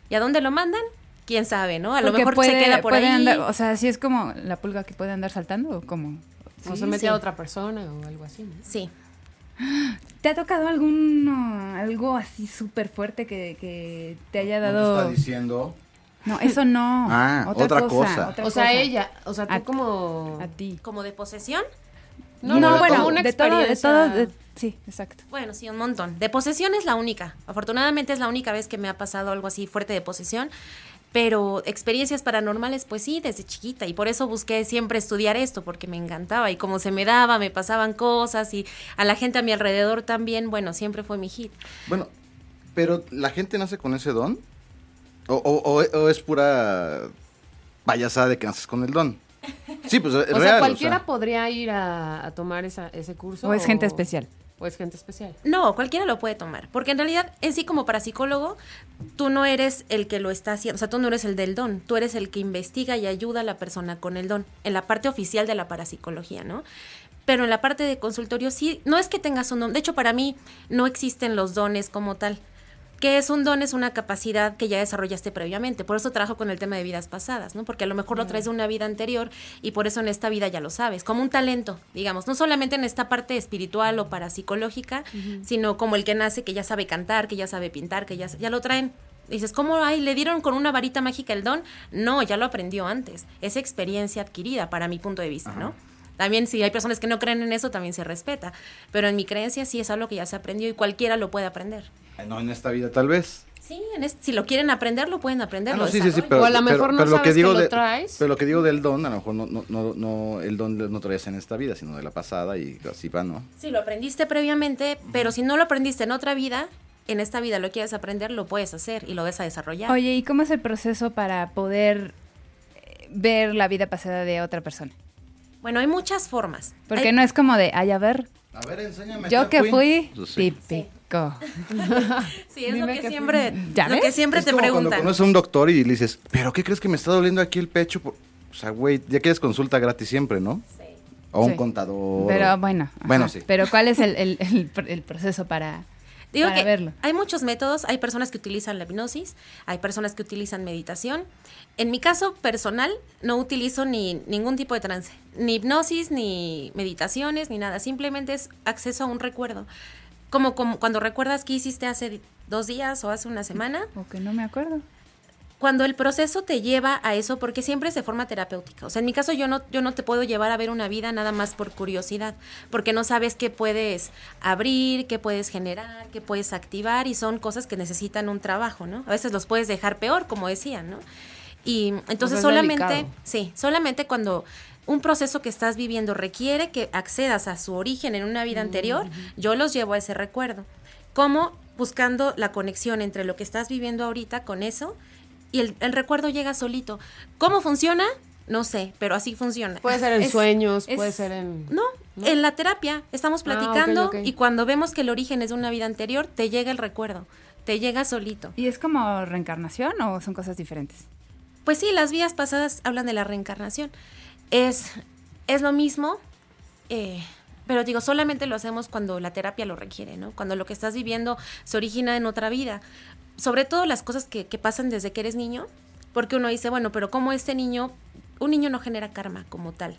I: ¿Y a dónde lo mandan? Quién sabe, ¿no? A lo mejor se queda por ahí.
E: o sea, si es como la pulga que puede andar saltando o cómo.
F: o
I: Sí,
F: se mete
I: sí.
F: a otra persona o algo así. ¿no?
I: Sí.
E: ¿Te ha tocado alguno, algo así súper fuerte que, que te haya dado?
G: diciendo?
E: No, eso no.
G: Ah, otra cosa.
E: otra
F: O sea,
E: cosa.
F: ella, o sea, tú
E: A-
F: como...
E: A ti.
I: ¿Como de posesión?
F: No, no, bueno, una
E: de todo, de
F: experiencia.
E: todo, de- sí, exacto.
I: Bueno, sí, un montón. De posesión es la única. Afortunadamente es la única vez que me ha pasado algo así fuerte de posesión. Pero experiencias paranormales, pues sí, desde chiquita. Y por eso busqué siempre estudiar esto, porque me encantaba. Y como se me daba, me pasaban cosas. Y a la gente a mi alrededor también, bueno, siempre fue mi hit.
G: Bueno, pero la gente nace con ese don o, o- o- o es pura payasada de que naces con el don. Sí, pues es
F: O
G: real,
F: sea,
G: o
F: cualquiera
G: sea.
F: podría ir a, a tomar esa- ese curso.
E: O es gente especial.
F: O es gente especial.
I: No, cualquiera lo puede tomar, porque en realidad en sí como parapsicólogo, tú no eres el que lo está haciendo, o sea, tú no eres el del don, tú eres el que investiga y ayuda a la persona con el don, en la parte oficial de la parapsicología, ¿no? Pero en la parte de consultorio sí, no es que tengas un don, de hecho para mí no existen los dones como tal. Que es un don, es una capacidad que ya desarrollaste previamente. Por eso trabajo con el tema de vidas pasadas, ¿no? Porque a lo mejor lo traes de una vida anterior y por eso en esta vida ya lo sabes. Como un talento, digamos. No solamente en esta parte espiritual o parapsicológica, sino como el que nace que ya sabe cantar, que ya sabe pintar, que ya, ya lo traen. Dices, ¿cómo ay, le dieron con una varita mágica el don? No, ya lo aprendió antes. Es experiencia adquirida, para mi punto de vista, ¿no? También si hay personas que no creen en eso, también se respeta. Pero en mi creencia sí es algo que ya se aprendió y cualquiera lo puede aprender.
G: No en esta vida tal vez.
I: Sí, en este- si lo quieren aprender, lo pueden aprender.
G: Ah,
I: lo
G: no, sí, sí, sí,
I: desarrollan.
G: pero,
F: O a lo
G: pero-
F: mejor no
G: pero
F: sabes que lo
G: de-
F: traes.
G: Pero lo que digo del don, a lo mejor no, no, no, no- el don lo- no traes en esta vida, sino de la pasada y así va, ¿no?
I: Sí, lo aprendiste previamente, pero si no lo aprendiste en otra vida, en esta vida lo quieres aprender, lo puedes hacer y lo vas a desarrollar.
E: Oye, ¿y cómo es el proceso para poder eh, ver la vida pasada de otra persona?
I: Bueno, hay muchas formas.
E: Porque
I: Hay-
E: no es como de, ay, a ver,
G: A ver, enséñame.
E: yo que fui
G: pues Sí.
E: típico.
I: Sí, es lo
E: Dime
I: que
E: que-
I: siempre,
E: ¿Ya
I: lo que
E: ves?
I: siempre
G: Es
I: te
G: como Cuando
I: preguntan.
G: conoces a un doctor y le dices, ¿pero qué crees que me está doliendo aquí el pecho? Por- O sea, güey, ya quieres consulta gratis siempre, ¿no? Sí. O un
E: Sí.
G: contador.
E: Pero
G: o-
E: bueno.
G: Bueno,
E: ajá.
G: sí.
E: Pero ¿cuál es el, el- el pr- el proceso para,
I: Digo
E: para
I: que
E: verlo?
I: hay muchos métodos, hay personas que utilizan la hipnosis, hay personas que utilizan meditación. En mi caso personal, no utilizo ni ningún tipo de trance, ni hipnosis, ni meditaciones, ni nada. Simplemente es acceso a un recuerdo. Como, como cuando recuerdas qué hiciste hace dos días o hace una semana,
E: O que no me acuerdo.
I: cuando el proceso te lleva a eso, porque siempre es de forma terapéutica. O sea, en mi caso yo no, yo no te puedo llevar a ver una vida nada más por curiosidad, porque no sabes qué puedes abrir, qué puedes generar, qué puedes activar, y son cosas que necesitan un trabajo, ¿no? A veces los puedes dejar peor, como decían, ¿no? Y entonces
F: es
I: solamente,
F: delicado.
I: sí, solamente cuando un proceso que estás viviendo requiere que accedas a su origen en una vida anterior, yo los llevo a ese recuerdo. ¿Cómo? Buscando la conexión entre lo que estás viviendo ahorita con eso y el, el recuerdo llega solito. ¿Cómo funciona? No sé, pero así funciona.
F: Puede ser en
E: Es-
F: sueños,
E: es-
F: puede ser en...
I: No, en la terapia estamos
F: Ah, ok,
I: platicando
F: ok.
I: y cuando vemos que el origen es de una vida anterior, te llega el recuerdo, te llega solito.
E: ¿Y es como reencarnación o son cosas diferentes?
I: Pues sí, las vías pasadas hablan de la reencarnación. Es, es lo mismo, eh, pero digo, solamente lo hacemos cuando la terapia lo requiere, ¿no? Cuando lo que estás viviendo se origina en otra vida. Sobre todo las cosas que, que pasan desde que eres niño, porque uno dice, bueno, pero como este niño, un niño no genera karma como tal.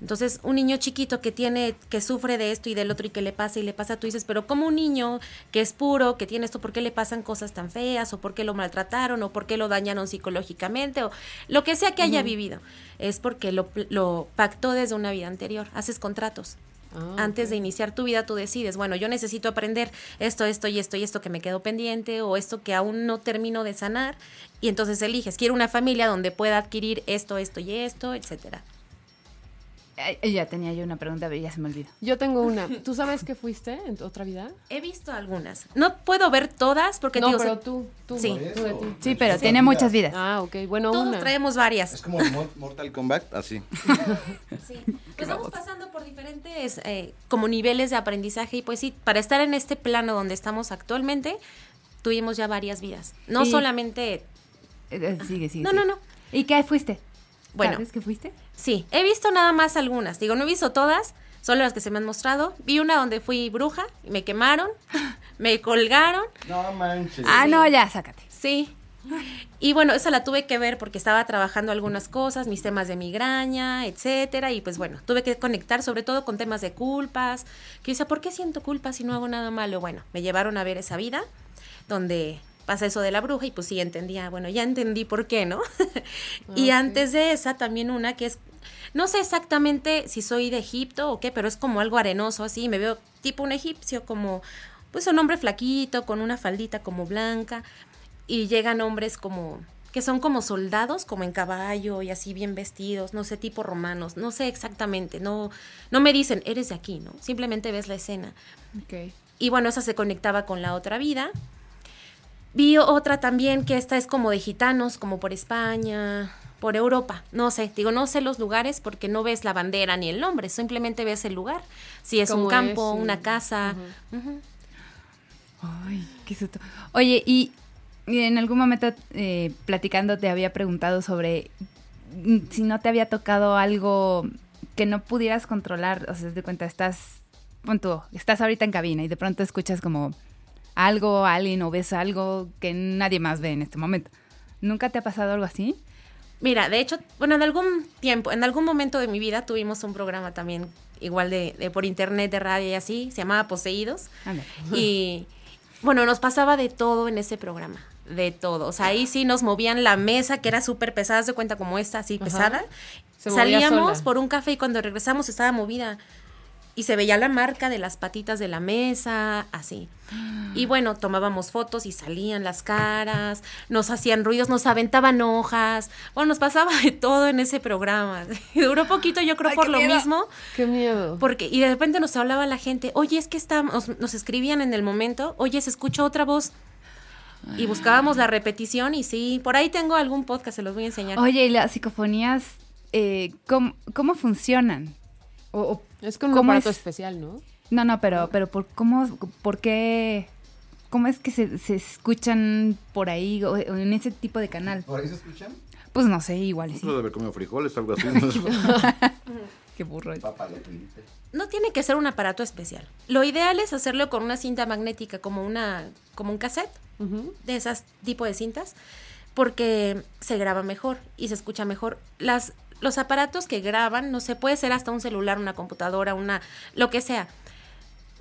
I: Entonces, un niño chiquito que tiene, que sufre de esto y del otro y que le pasa y le pasa, tú dices, pero como un niño que es puro, que tiene esto, ¿por qué le pasan cosas tan feas? ¿O por qué lo maltrataron? ¿O por qué lo dañaron psicológicamente? O lo que sea que haya vivido. Es porque lo, pl- lo pactó desde una vida anterior. Haces contratos.
F: Ah,
I: Antes de iniciar tu vida, tú decides, bueno, yo necesito aprender esto, esto y esto y esto que me quedó pendiente o esto que aún no termino de sanar. Y entonces eliges, quiero una familia donde pueda adquirir esto, esto y esto, etcétera.
E: Ay, ya tenía yo una pregunta, pero ya se me olvidó.
F: Yo tengo una. ¿Tú sabes qué fuiste en tu otra vida?
I: He visto algunas. No puedo ver todas porque
F: no,
I: digo,
F: pero
I: se-
F: tú, tú,
I: Sí.
F: tú de ti.
E: Sí, pero tiene muchas vidas.
F: Ah, ok, bueno,
I: todos
F: una.
I: traemos varias.
G: Es como Mo- Mortal Kombat, así.
I: Sí. Pues vamos pasando por diferentes eh, como niveles de aprendizaje y pues sí, para estar en este plano donde estamos actualmente, tuvimos ya varias vidas. No
E: Y-
I: solamente...
E: Eh, eh, Sigue, sigue.
I: No, no,
E: sigue.
I: no.
E: ¿Y qué fuiste?
I: Bueno.
E: ¿Sabes qué fuiste?
I: Sí, he visto nada más algunas. Digo, no he visto todas, solo las que se me han mostrado. Vi una donde fui bruja, y me quemaron, me colgaron.
G: No manches.
E: Ah, no, ya, sácate.
I: Sí. Y bueno, esa la tuve que ver porque estaba trabajando algunas cosas, mis temas de migraña, etcétera, y pues bueno, tuve que conectar sobre todo con temas de culpas, que yo decía, ¿por qué siento culpa si no hago nada malo? Bueno, me llevaron a ver esa vida donde pasa eso de la bruja y pues sí entendía, bueno, ya entendí por qué, ¿no? y antes de esa también una que es no sé exactamente si soy de Egipto o qué, pero es como algo arenoso así. Me veo tipo un egipcio, como pues un hombre flaquito, con una faldita como blanca. Y llegan hombres como que son como soldados, como en caballo y así bien vestidos, no sé, tipo romanos, no sé exactamente, no, no me dicen, eres de aquí, ¿no? Simplemente ves la escena.
F: Ok.
I: Y bueno, esa se conectaba con la otra vida. Vi otra también que esta es como de gitanos, como por España, por Europa. No sé, digo, no sé los lugares porque no ves la bandera ni el nombre, simplemente ves el lugar. Si es un
F: ¿Cómo
I: campo,
F: es?
I: una casa. Ujú.
E: Ay, qué susto. Oye, y y en algún momento eh, platicando te había preguntado sobre mm, si no te había tocado algo que no pudieras controlar. O sea, haz de cuenta, estás, pon tú, estás ahorita en cabina y de pronto escuchas como algo, alguien o ves algo que nadie más ve en este momento. ¿Nunca te ha pasado algo así?
I: Mira, de hecho, bueno, en algún tiempo, en algún momento de mi vida tuvimos un programa también igual de, de por internet, de radio y así, se llamaba Poseídos.
E: Ándale.
I: Y bueno, nos pasaba de todo en ese programa, de todo. O sea, ahí sí nos movían la mesa, que era súper pesada, haz de cuenta como esta, así
F: Ajá.
I: pesada.
F: Se movía
I: Salíamos
F: sola.
I: por un café y cuando regresamos estaba movida. Y se veía la marca de las patitas de la mesa, así. Y bueno, tomábamos fotos y salían las caras, nos hacían ruidos, nos aventaban hojas. Bueno, nos pasaba de todo en ese programa. Duró poquito, yo creo,
E: Ay,
I: por
E: qué
I: lo
E: miedo.
I: mismo.
F: Qué miedo.
I: Porque, y de repente nos hablaba la gente, oye, es que estamos, nos escribían en el momento, oye, se escucha otra voz. Y buscábamos la repetición y sí, por ahí tengo algún podcast, se los voy a enseñar.
E: Oye, ¿y las psicofonías eh, cómo, cómo funcionan? O- o
F: Es con un
E: ¿Cómo
F: aparato
E: es?
F: especial, ¿no?
E: No, no, pero, pero por cómo, por qué, cómo es que se, se escuchan por ahí o, o en ese tipo de canal.
G: ¿Por ahí se escuchan?
E: Pues no sé, igual y
G: Eso
E: sí.
G: de haber comido frijoles, algo así.
E: Qué burro. es.
G: Papá, lo tuviste.
I: No tiene que ser un aparato especial. Lo ideal es hacerlo con una cinta magnética, como una, como un cassette,
F: Ujú.
I: de esas tipo de cintas, porque se graba mejor y se escucha mejor. Las, los aparatos que graban, no sé, puede ser hasta un celular, una computadora, una, lo que sea.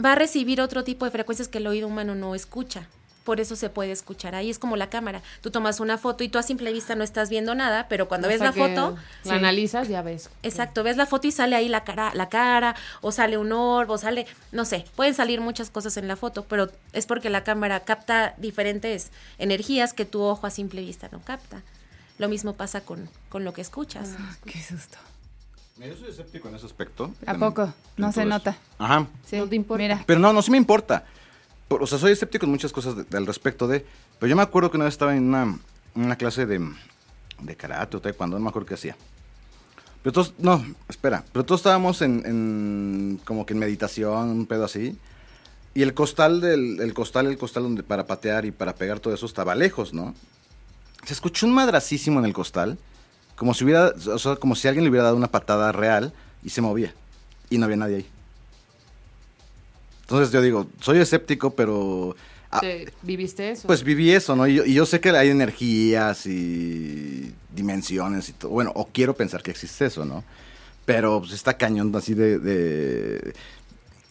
I: va a recibir otro tipo de frecuencias que el oído humano no escucha. Por eso se puede escuchar. Ahí es como la cámara. Tú tomas una foto y tú a simple vista no estás viendo nada, pero cuando ves
F: Hasta
I: la
F: que
I: foto,
F: La analizas, ya ves.
I: exacto, ves la foto y sale ahí la cara, la cara, o sale un orbo, sale, no sé, pueden salir muchas cosas en la foto, pero es porque la cámara capta diferentes energías que tu ojo a simple vista no capta. Lo mismo pasa con, con lo que escuchas.
E: Qué susto.
G: Mira, Yo soy escéptico en ese aspecto.
E: ¿A
G: En-
E: poco? No
G: en
E: se
G: todo
E: nota.
G: eso. Ajá.
E: Sí.
F: No te importa.
E: Mira.
G: Pero no, no, sí me importa. Por- o sea, soy escéptico en muchas cosas de- al respecto de... Pero yo me acuerdo que una vez estaba en una, una clase de, de karate o taekwondo, no me acuerdo qué hacía. Pero todos... No, espera. Pero todos estábamos en, en- como que en meditación, un pedo así. Y el costal del... El costal, el costal donde para patear y para pegar todo eso estaba lejos, ¿no? Se escuchó un madracísimo en el costal. Como si hubiera... O sea, como si alguien le hubiera dado una patada real y se movía. Y no había nadie ahí. Entonces yo digo, soy escéptico, pero ah,
F: ¿Te- ¿Viviste eso?
G: pues viví eso, ¿no? Y yo, y yo sé que hay energías y dimensiones y todo. Bueno, o quiero pensar que existe eso, ¿no? Pero pues, está cañón así de, de...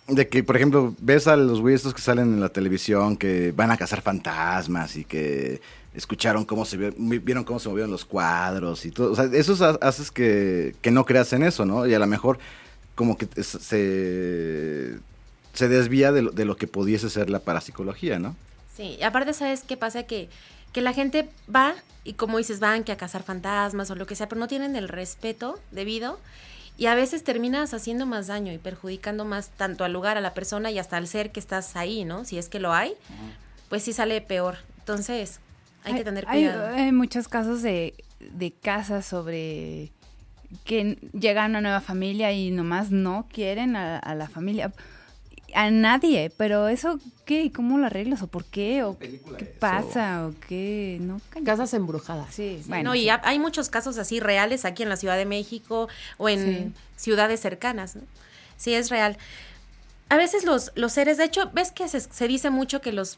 G: de que, por ejemplo, ves a los güeyes estos que salen en la televisión que van a cazar fantasmas y que escucharon cómo se vio- mi- vieron cómo se movieron los cuadros y todo. O sea, eso ha- haces que, que no creas en eso, ¿no? Y a lo mejor como que es- se, se desvía de lo, de lo que pudiese ser la parapsicología, ¿no?
I: Sí, y aparte, ¿sabes qué pasa? Que, que la gente va y, como dices, van que a cazar fantasmas o lo que sea, pero no tienen el respeto debido. Y a veces terminas haciendo más daño y perjudicando más tanto al lugar, a la persona y hasta al ser que estás ahí, ¿no? Si es que lo hay, pues sí sale peor. Entonces, hay que tener cuidado.
E: Hay, muchos casos de, de casas sobre que n- llega una nueva familia y nomás no quieren a, a la familia. A nadie, pero eso, ¿qué? ¿Cómo lo arreglas? ¿O por qué? ¿O qué, qué pasa? ¿O qué? No, cañón.
F: Casas embrujadas.
E: Sí,
I: Sí,
E: bueno.
I: no, y
E: sí.
I: ha- hay muchos casos así reales aquí en la Ciudad de México o en ciudades cercanas. ¿no? Sí, es real. A veces los, los seres, de hecho, ves que se, se dice mucho que los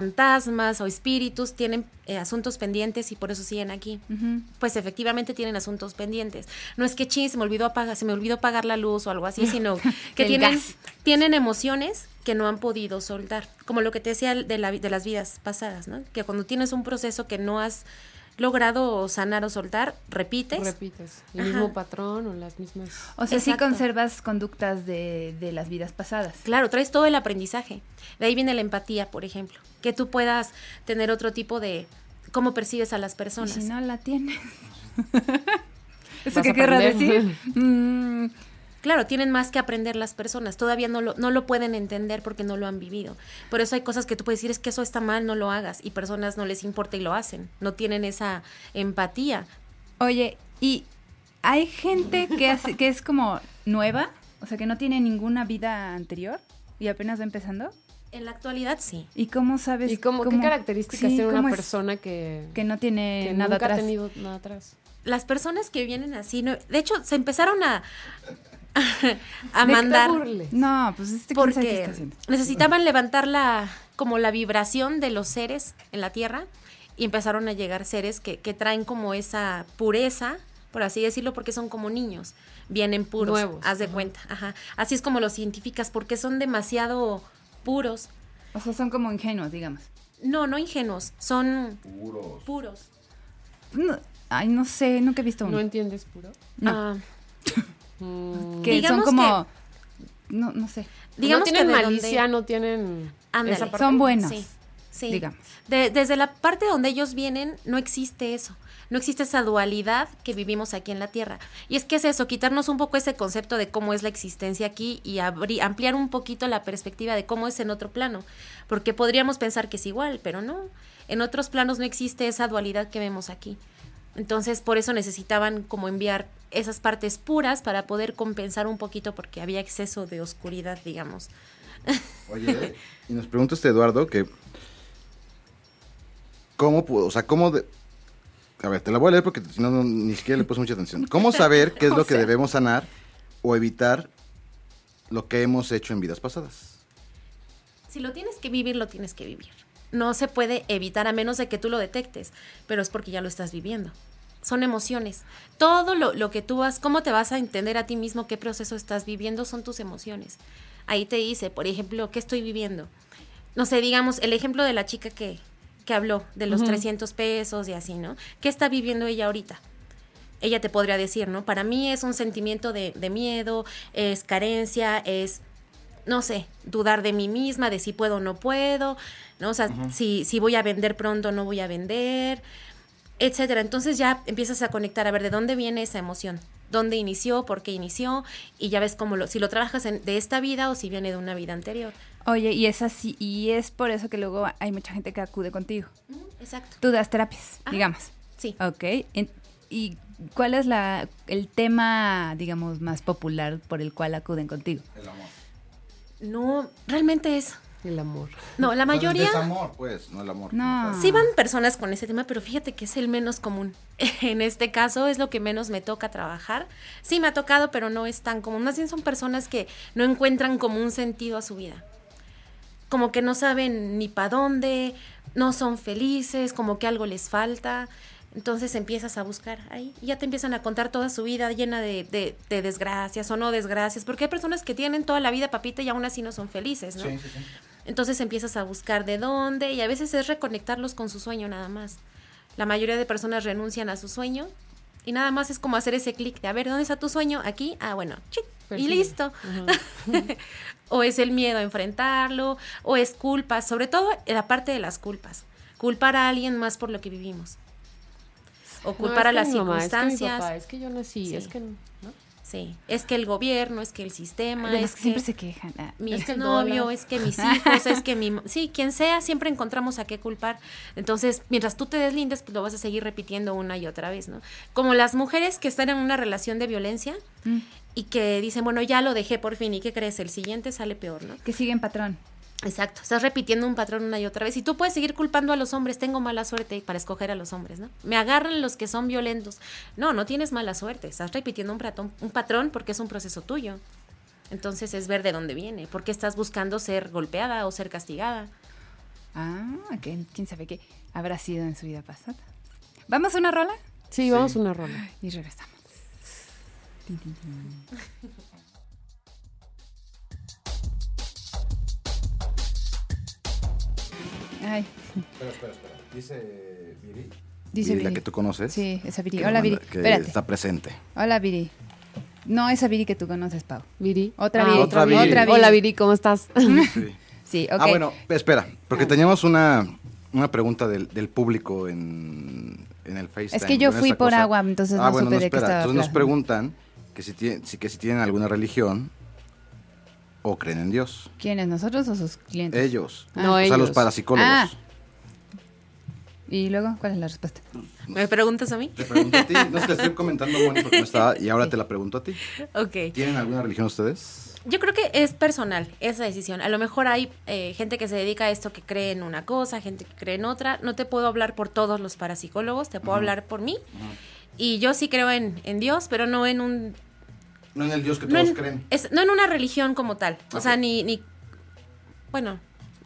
I: fantasmas o espíritus tienen eh, asuntos pendientes y por eso siguen aquí.
E: Ujú.
I: Pues efectivamente tienen asuntos pendientes. No es que chis, se me olvidó apagar, se me olvidó pagar la luz o algo así, sino que
E: El
I: tienen,
E: gas.
I: tienen emociones que no han podido soltar. Como lo que te decía de, la vi- de las vidas pasadas, ¿no? Que cuando tienes un proceso que no has logrado sanar o soltar, repites.
F: Repites. El
I: Ajá.
F: mismo patrón o las mismas.
E: O sea, sí
I: Exacto.
E: conservas conductas de, de las vidas pasadas.
I: Claro, traes todo el aprendizaje. De ahí viene la empatía, por ejemplo. Que tú puedas tener otro tipo de cómo percibes a las
E: Y
I: personas.
E: si no la tienes. ¿Eso
F: Vas
E: qué
F: a
E: querrá
F: aprender.
E: decir? Mm,
I: Claro, tienen más que aprender las personas. Todavía no lo, no lo pueden entender porque no lo han vivido. Por eso hay cosas que tú puedes decir, es que eso está mal, no lo hagas. Y personas no les importa y lo hacen. No tienen esa empatía.
E: Oye, ¿y hay gente que, hace- que es como nueva? O sea, que no tiene ninguna vida anterior y apenas va empezando.
I: En la actualidad, sí.
E: ¿Y cómo sabes?
F: ¿Y cómo, qué
E: cómo-
F: características
E: sí,
F: tiene una
E: cómo es
F: persona que,
E: que no tiene
F: que
E: nada
F: nunca
E: atrás?
F: ha tenido nada atrás?
I: Las personas que vienen así, no- de hecho, se empezaron a, a
F: ¿De qué te
I: mandar.
F: burles?
E: No, pues este quién sabe qué está
I: porque
E: haciendo.
I: necesitaban levantar la como la vibración de los seres en la tierra y empezaron a llegar seres que, que traen como esa pureza por así decirlo porque son como niños vienen puros
F: Nuevos,
I: haz de
F: ajá.
I: cuenta ajá así es como los identificas porque son demasiado puros
E: O sea, son como ingenuos, digamos.
I: no no ingenuos son puros puros
E: No- ay, no sé, nunca he visto
F: ¿No
E: uno.
F: entiendes puro?
E: No.
I: Ah,
F: Mm.
E: que son
I: digamos
E: como... No, no sé.
I: digamos
F: no
I: que
F: tienen
I: de donde-
F: malicia, no tienen
I: Ándale.
F: esa parte.
E: Son buenos.
I: Sí, sí.
E: Digamos.
I: De- desde la parte donde ellos vienen, no existe eso. No existe esa dualidad que vivimos aquí en la Tierra. Y es que es eso, quitarnos un poco ese concepto de cómo es la existencia aquí y abri- ampliar un poquito la perspectiva de cómo es en otro plano. Porque podríamos pensar que es igual, pero no. En otros planos no existe esa dualidad que vemos aquí. Entonces, por eso necesitaban como enviar esas partes puras para poder compensar un poquito porque había exceso de oscuridad, digamos.
G: Oye, y nos pregunta este Eduardo que cómo pudo, o sea, cómo de- a ver, te la voy a leer porque si no, no, ni siquiera le puse mucha atención. ¿Cómo saber qué es
I: O
G: lo que
I: sea.
G: debemos sanar o evitar lo que hemos hecho en vidas pasadas?
I: Si lo tienes que vivir, lo tienes que vivir. No se puede evitar a menos de que tú lo detectes, pero es porque ya lo estás viviendo. Son emociones. Todo lo, lo que tú vas, cómo te vas a entender a ti mismo, qué proceso estás viviendo, son tus emociones. Ahí te dice, por ejemplo, ¿qué estoy viviendo? No sé, digamos, el ejemplo de la chica que, que habló, de los 300 pesos y así, ¿no? ¿Qué está viviendo ella ahorita? ella te podría decir, ¿no? Para mí es un sentimiento de, de miedo, es carencia, es, no sé, dudar de mí misma, de si puedo o no puedo, ¿no? O sea, si, si voy a vender pronto o no voy a vender. etcétera. Entonces ya empiezas a conectar a ver de dónde viene esa emoción, dónde inició, por qué inició, y ya ves cómo lo, si lo trabajas en- de esta vida o si viene de una vida anterior.
E: Oye, y es así, y es por eso que luego hay mucha gente que acude contigo.
I: Exacto.
E: Tú das terapias,
I: Ajá.
E: digamos.
I: Sí.
E: Ok. en- ¿Y cuál es la, el tema, digamos, más popular por el cual acuden contigo?
I: No, realmente es.
F: El amor.
I: No, la mayoría.
G: El desamor, pues, no el amor.
E: No.
I: Sí van personas con ese tema, pero fíjate que es el menos común. En este caso es lo que menos me toca trabajar. Sí me ha tocado, pero no es tan común. Más bien son personas que no encuentran como un sentido a su vida. Como que no saben ni para dónde, no son felices, como que algo les falta. Entonces empiezas a buscar ahí. y Ya te empiezan a contar toda su vida llena de, de- de desgracias o no desgracias. Porque hay personas que tienen toda la vida papita y aún así no son felices, ¿no?
G: Sí, sí, sí.
I: Entonces empiezas a buscar de dónde y a veces es reconectarlos con su sueño nada más. La mayoría de personas renuncian a su sueño y nada más es como hacer ese clic de, a ver, ¿dónde está tu sueño? Aquí, ah, bueno, chic, y
F: Persigue.
I: listo. o es el miedo a enfrentarlo, o es culpas, sobre todo la parte de las culpas. Culpar a alguien más por lo que vivimos. O culpar a
F: No, es
I: las
F: que mi mamá, es que mi
I: circunstancias.
F: papá, es que yo nací,
I: Sí.
F: es que no.
I: Sí, es que el gobierno, es que el sistema,
E: Además
I: es
E: que
I: que
E: siempre se quejan. ah,
I: mi
F: Es que el
I: novio,
F: dólar.
I: es que mis hijos, es que mi... Sí, quien sea, siempre encontramos a qué culpar. Entonces, mientras tú te deslindes, pues lo vas a seguir repitiendo una y otra vez, ¿no? Como las mujeres que están en una relación de violencia
E: Mm.
I: y que dicen, bueno, ya lo dejé por fin, ¿y qué crees? El siguiente sale peor, ¿no?
E: Que siguen patrón.
I: Exacto, estás repitiendo un patrón una y otra vez. Y tú puedes seguir culpando a los hombres, tengo mala suerte para escoger a los hombres, ¿no? Me agarran los que son violentos. No, no tienes mala suerte, estás repitiendo un patrón, un patrón porque es un proceso tuyo. Entonces es ver de dónde viene, porque estás buscando ser golpeada o ser castigada.
E: Ah, que quién sabe qué habrá sido en su vida pasada. ¿Vamos a una rola?
F: Sí, vamos a una ronda.
E: Y regresamos. Tin, tin, tin. Ay,
G: Espera, espera, espera. Dice Viri.
E: dice
G: Viri, la
E: Viri.
G: que tú conoces.
E: Sí, esa Viri.
G: que
E: Hola,
G: manda-
E: Viri.
G: Que
E: Espérate.
G: está presente.
E: Hola, Viri. No, esa Viri que tú conoces, Pau.
F: Viri. Ah,
E: Otra Viri.
G: otra Viri.
E: Otra Viri.
F: Hola, Viri, ¿cómo estás?
E: Sí, ok. Ah.
G: Ah, bueno, espera, porque teníamos una, una pregunta del, del público en, en el Facebook.
E: Es que yo fui por agua,
G: Ah,
E: entonces no supe de qué estaba
G: Entonces nos
E: hablando.
G: preguntan que si, tie- si- que si tienen alguna religión o creen en Dios.
E: ¿Quiénes? ¿Nosotros o sus clientes?
G: Ellos.
F: No,
G: o sea, los
F: ellos.
G: parapsicólogos.
E: Ah. ¿Y luego cuál es la respuesta?
I: ¿Me preguntas a mí?
G: Te pregunto a ti. No es que estoy comentando, Moni, porque no estaba, y ahora te la pregunto a ti.
I: Ok.
G: ¿Tienen alguna religión ustedes?
I: Yo creo que es personal esa decisión. A lo mejor hay eh, gente que se dedica a esto que cree en una cosa, gente que cree en otra. No te puedo hablar por todos los parapsicólogos, te puedo hablar por mí. Y yo sí creo en, en Dios, pero no en un...
G: No en el Dios que
I: No
G: todos
I: en,
G: creen.
I: es- no en una religión como tal. O sea,
G: Ok.
I: ni, ni... Bueno,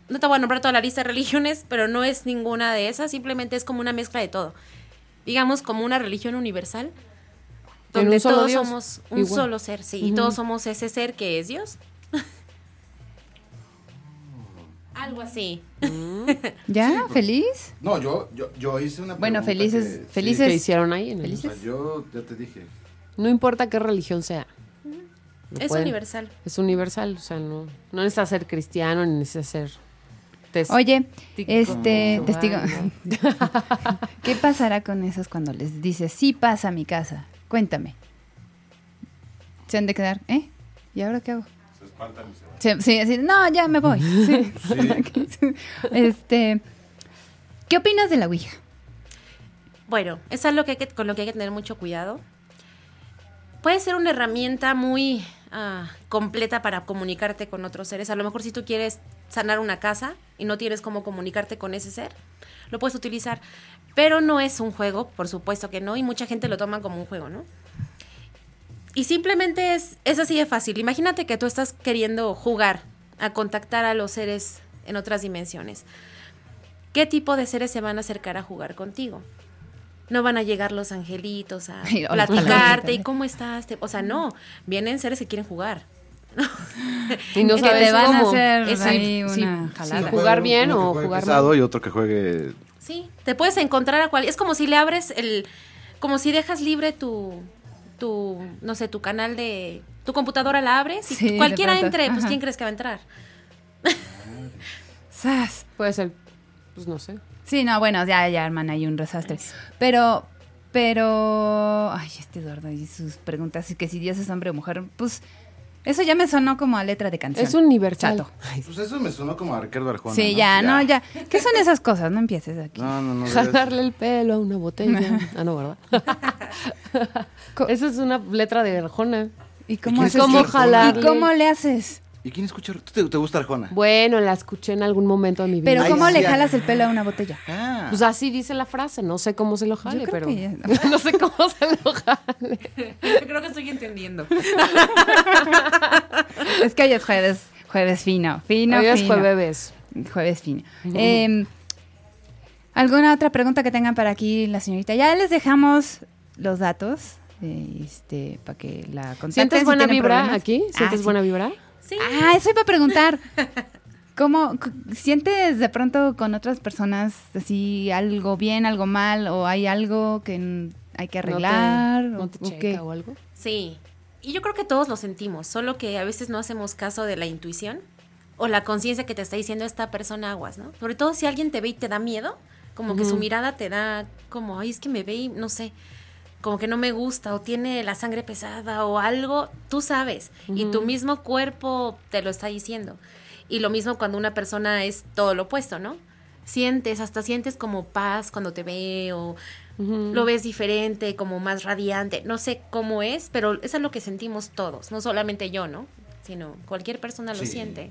I: no te voy a nombrar toda la lista de religiones, pero no es ninguna de esas. Simplemente es como una mezcla de todo. Digamos como una religión universal.
F: En
I: Donde
F: un solo
I: todos
F: Dios.
I: somos un
F: Igual.
I: solo ser, sí. Y todos somos ese ser que es Dios. Algo así.
E: ¿Ya? ¿Feliz?
G: No, yo, yo, yo hice una
E: Bueno,
G: pregunta
E: felices-
G: que- sí,
E: felices.
F: ¿Qué hicieron ahí? en el-
G: o sea, yo ya te dije.
F: No importa qué religión sea. No
I: es
F: pueden-
I: universal.
F: Es universal, o sea, no, no necesitas ser cristiano ni necesitas ser... tes-
E: Oye,
F: Tico.
E: este,
F: Ay,
E: testigo.
F: no.
E: ¿Qué pasará con esos cuando les dices, sí pasa a mi casa? Cuéntame. Se han de quedar, ¿eh? ¿Y ahora qué hago? Se espantan y se van. Sí, así, no, ya me voy. Sí. este, ¿Qué opinas de la Ouija?
I: Bueno, eso es lo que hay que- con lo que hay que tener mucho cuidado. Puede ser una herramienta muy ah, completa para comunicarte con otros seres. A lo mejor si tú quieres sanar una casa y no tienes cómo comunicarte con ese ser, lo puedes utilizar. Pero no es un juego, por supuesto que no, y mucha gente lo toma como un juego, ¿no? Y simplemente es, es así de fácil. Imagínate que tú estás queriendo jugar a contactar a los seres en otras dimensiones. ¿Qué tipo de seres se van a acercar a jugar contigo? No van a llegar los angelitos a
E: Ay, hola,
I: platicarte y
E: hola.
I: cómo estás. Te- O sea, no, vienen seres que quieren jugar.
F: Y no
E: que
F: sabes
E: te van a
F: cómo.
E: hacer
F: Es-
E: ahí
F: sí,
E: una
F: sí,
E: jalada.
G: Puede
F: jugar
G: haber
F: bien
G: uno que
F: o
G: juegue
F: jugar
G: pesado
F: mal.
G: y otro que juegue
I: Sí, te puedes encontrar a cual. Es como si le abres el. Como si dejas libre tu. tu no sé, tu canal de. Tu computadora la abres y
E: Sí, de
I: cualquiera
E: pronto.
I: entre, pues
E: Ajá.
I: ¿quién crees que va a entrar?
E: ¡Sas!
F: Puede ser, pues no sé.
E: Sí, no, bueno, ya, ya, hermana, hay un desastre. Pero, pero. Ay, este Eduardo y sus preguntas. Y que si Dios es hombre o mujer, pues. Eso ya me sonó como a letra de canción.
F: Es universal.
E: Chato.
G: Pues eso me sonó como a Ricardo Arjona.
E: Sí,
G: ¿no?
E: ya, no, ya. ¿Qué son esas cosas? No empieces aquí.
G: No, no, no. debes-
F: Jalarle el pelo a una botella. Ah, no, ¿verdad? Esa es una letra de Arjona.
E: ¿Y
G: ¿Y
E: cómo
G: quién
E: haces?
G: escucha
F: ¿Cómo
E: tú?
G: Arjona?
F: jalarle?
E: ¿Y cómo le haces?
G: ¿Y quién escucha? ¿Tú te, te gusta Arjona?
F: Bueno, la escuché en algún momento de mi vida.
E: Pero
G: Ay,
E: ¿cómo
G: sí,
E: le
G: ah.
E: jalas el pelo a una botella?
G: Ah.
F: Pues así dice la frase, no sé cómo se lo jale,
E: Yo
F: pero
E: creo que ya-
F: no sé cómo se lo jale.
I: Creo que estoy entendiendo.
E: Es que hoy es jueves, jueves fino, fino,
F: Hoy es
E: fino.
F: jueves.
E: Jueves fino. Eh, ¿Alguna otra pregunta que tengan para aquí la señorita? Ya les dejamos los datos eh, este, para que la contacten.
F: ¿Sientes
E: si
F: buena
E: tienen
F: vibra
E: problemas.
F: aquí?
E: Ah,
F: ¿Sientes
E: sí.
F: buena vibra?
I: Sí.
E: Ah, eso iba a preguntar. ¿Cómo c- sientes de pronto con otras personas así algo bien, algo mal o hay algo que n- hay que arreglar?
F: ¿No te, no te
E: o- o
F: checa
E: qué?
F: o algo?
I: Sí. Y yo creo que todos lo sentimos, solo que a veces no hacemos caso de la intuición o la conciencia que te está diciendo esta persona aguas, ¿no? Sobre todo si alguien te ve y te da miedo, como que su mirada te da como, ay, es que me ve y no sé, como que no me gusta o tiene la sangre pesada o algo, tú sabes, y tu mismo cuerpo te lo está diciendo. Y lo mismo cuando una persona es todo lo opuesto, ¿no? Sientes, hasta sientes como paz cuando te ve o lo ves diferente, como más radiante, no sé cómo es, pero eso es lo que sentimos todos, no solamente yo, ¿no? Sino cualquier persona lo
G: Sí.
I: siente.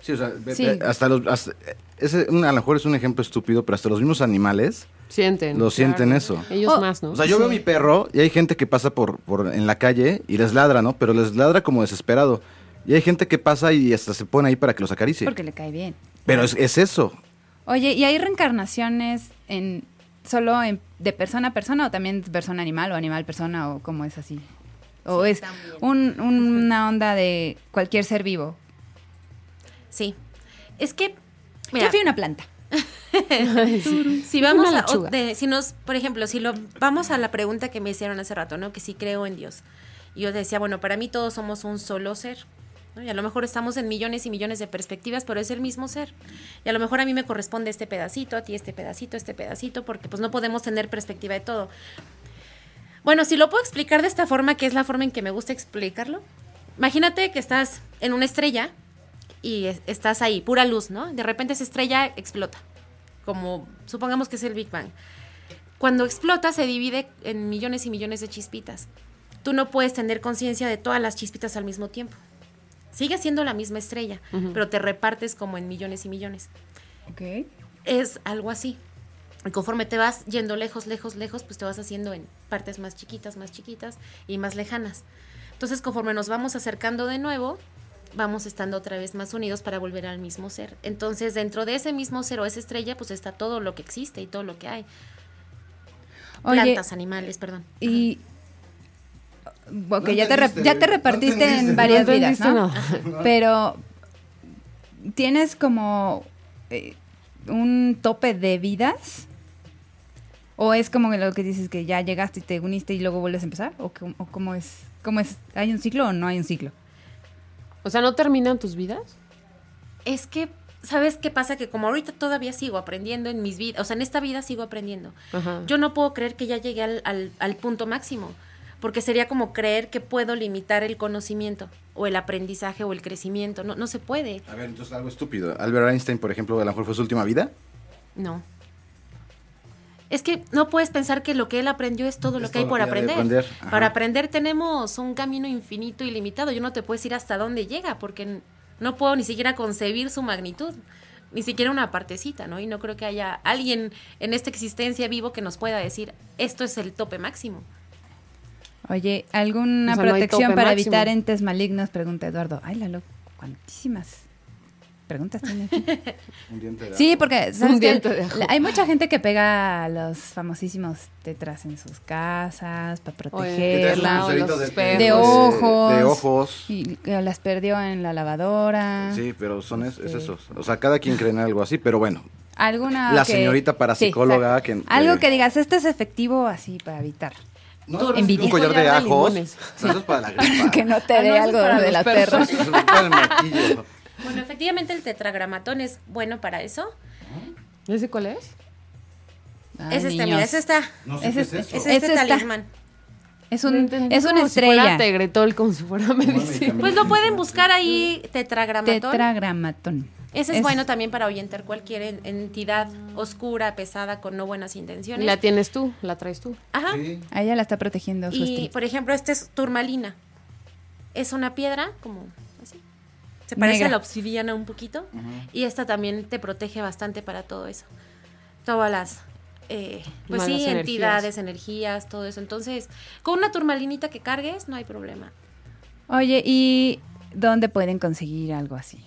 G: Sí, o sea, ve-
E: Sí.
G: ve- hasta los. hasta- ese, un- a lo mejor es un ejemplo estúpido, pero hasta los mismos animales
F: Sienten.
G: lo sienten eso.
F: Ellos
E: Oh,
F: más, ¿no?
G: O sea, yo veo a mi perro y hay gente que pasa por, por en la calle y les ladra, ¿no? Pero les ladra como desesperado. Y hay gente que pasa y hasta se pone ahí para que los acaricie.
E: Porque le cae bien.
G: Pero es, es eso.
E: Oye, ¿y hay reencarnaciones en solo en- de persona a persona o también persona animal o animal persona o cómo es así? ¿O es un- una onda de cualquier ser vivo?
I: Sí. Es que,
E: Yo
I: mira,
E: fui una planta.
I: si vamos
F: Una
I: a, o-
F: lechuga.
I: de- si nos, por ejemplo, si lo vamos a la pregunta que me hicieron hace rato, ¿no? Que si creo en Dios. Y yo decía, bueno, para mí todos somos un solo ser. ¿no? Y a lo mejor estamos en millones y millones de perspectivas, pero es el mismo ser. Y a lo mejor a mí me corresponde este pedacito, a ti este pedacito, este pedacito, porque pues no podemos tener perspectiva de todo. Bueno, si lo puedo explicar de esta forma, que es la forma en que me gusta explicarlo. Imagínate que estás en una estrella y es- estás ahí, pura luz, ¿no? De repente esa estrella explota, como supongamos que es el Big Bang. Cuando explota se divide en millones y millones de chispitas. Tú no puedes tener conciencia de todas las chispitas al mismo tiempo. Sigue siendo la misma estrella, pero te repartes como en millones y millones
E: Ok.
I: es algo así. Y conforme te vas yendo lejos, lejos, lejos, pues te vas haciendo en partes más chiquitas, más chiquitas y más lejanas. Entonces, conforme nos vamos acercando de nuevo, vamos estando otra vez más unidos para volver al mismo ser. Entonces, dentro de ese mismo ser o esa estrella, pues está todo lo que existe y todo lo que hay.
E: Oye,
I: Plantas, animales, perdón.
E: y... Ok,
G: No
E: ya, te rep-
G: entendiste,
E: ya te
G: no
E: repartiste
G: entendiste.
E: en varias
F: No
E: vidas, ¿no?
F: entendiste
E: Pero eh, tienes como eh, un tope de vidas o es como lo que dices que ya llegaste y te uniste y luego vuelves a empezar o, cómo- o cómo es cómo es hay un ciclo o no hay un ciclo.
F: O sea, ¿no terminan tus vidas?
I: Es que, ¿sabes qué pasa? Que como ahorita todavía sigo aprendiendo en mis vidas, o sea, en esta vida sigo aprendiendo.
F: Ajá.
I: Yo no puedo creer que ya llegué al, al- al punto máximo, porque sería como creer que puedo limitar el conocimiento o el aprendizaje o el crecimiento. No, no se puede.
G: A ver, entonces algo estúpido. Albert Einstein, por ejemplo, a lo mejor fue su última vida.
I: No. Es que no puedes pensar que lo que él aprendió es todo
G: Es
I: lo que hay
G: todo
I: por
G: lo que hay de
I: aprender.
G: aprender, ajá.
I: Para aprender tenemos un camino infinito y limitado. Yo no te puedes ir hasta dónde llega porque n- no puedo ni siquiera concebir su magnitud, ni siquiera una partecita, ¿no? Y no creo que haya alguien en esta existencia vivo que nos pueda decir, esto es el tope máximo.
E: Oye, ¿alguna
F: O sea, no hay
E: protección
F: tope
E: para
F: máximo.
E: evitar entes malignos? Pregunta Eduardo. Ay, Lalo, cuantísimas preguntas tiene aquí.
G: Un diente de
E: Sí,
G: ajo.
E: porque ¿sabes
F: Un
E: qué?
F: diente de ajo.
E: La- hay mucha gente que pega los famosísimos tetras en sus casas para
G: Que traes un
E: protegerla.
F: o
G: lucerito
F: los
G: de,
F: espejos.
E: de ojos.
G: De ojos.
E: Y que las perdió en la lavadora.
G: Sí, pero son es, es eso. O sea, cada quien cree en algo así, pero bueno.
E: Alguna
G: La
E: que-
G: señorita parapsicóloga
E: exacto.
G: que- que-
E: Algo que digas, este es efectivo así para evitar.
G: No,
E: Envidia.
G: Un collar de
F: Collar de
G: ajos.
F: limones.
G: O sea, eso es para la gripa.
E: que no te
F: Ah,
E: dé
F: no, eso es
E: algo
F: para
E: de
F: los
E: las
F: perros.
E: perras.
G: Eso es para el maquillo.
I: Bueno, efectivamente el tetragramatón es bueno para eso.
F: ¿Ya sé cuál es?
E: Ay,
I: Es este,
E: niños.
I: mira, es esta.
G: No sé
E: Es
G: qué
E: este-
G: es
I: Es
G: eso.
E: Es
I: este
E: esta.
I: talismán.
E: Es,
F: Lo
E: un,
F: entendí
E: es una
F: como Si fuera
E: estrella.
F: tegretol, como si fuera medicina.
G: medicamento.
I: Pues lo pueden buscar ahí, tetragramatón.
E: Tetragramatón.
I: Ese es,
E: Es-
I: bueno también para ahuyentar cualquier en- entidad oscura, pesada, con no buenas intenciones.
F: La tienes tú, la traes tú.
I: Ajá.
G: Sí.
E: A ella la está protegiendo su
I: Y,
E: estrella.
I: por ejemplo, este es turmalina. Es una piedra, como así. Se parece
E: Negra.
I: a la obsidiana un poquito. Y esta también te protege bastante para todo eso. Todas las. eh, pues
F: Malas
I: sí,
F: energías.
I: entidades, energías, todo eso. Entonces, con una turmalinita que cargues, no hay problema.
E: Oye, ¿y dónde pueden conseguir algo así?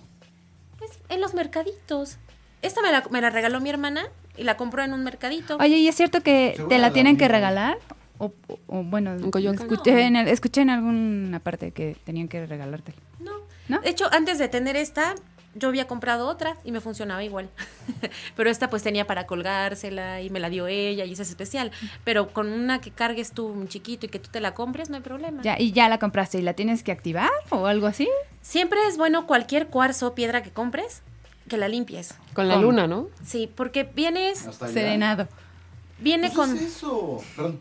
I: Pues, en los mercaditos. Esta me la, me la regaló mi hermana y la compró en un mercadito.
E: Oye, ¿y es cierto que
G: Seguro
E: te la
G: la
E: tienen que
G: misma.
E: regalar? O, o- o, bueno,
F: ¿En Coyoacán?
E: escuché,
I: No.
E: en el- escuché en alguna parte que tenían que regalártela.
I: No.
E: ¿No?
I: De hecho, antes de tener esta, yo había comprado otra y me funcionaba igual. Pero esta pues tenía para colgársela y me la dio ella y esa es especial. Pero con una que cargues tú un chiquito y que tú te la compres, no hay problema.
E: Ya, ¿Y ya la compraste y la tienes que activar o algo así?
I: Siempre es bueno cualquier cuarzo o piedra que compres, que la limpies.
F: Con la
E: Con-
F: luna, ¿no?
I: Sí, porque vienes,
G: Hasta allá.
E: Serenado.
I: viene
G: ¿Qué
I: con...
G: es eso? Perdón.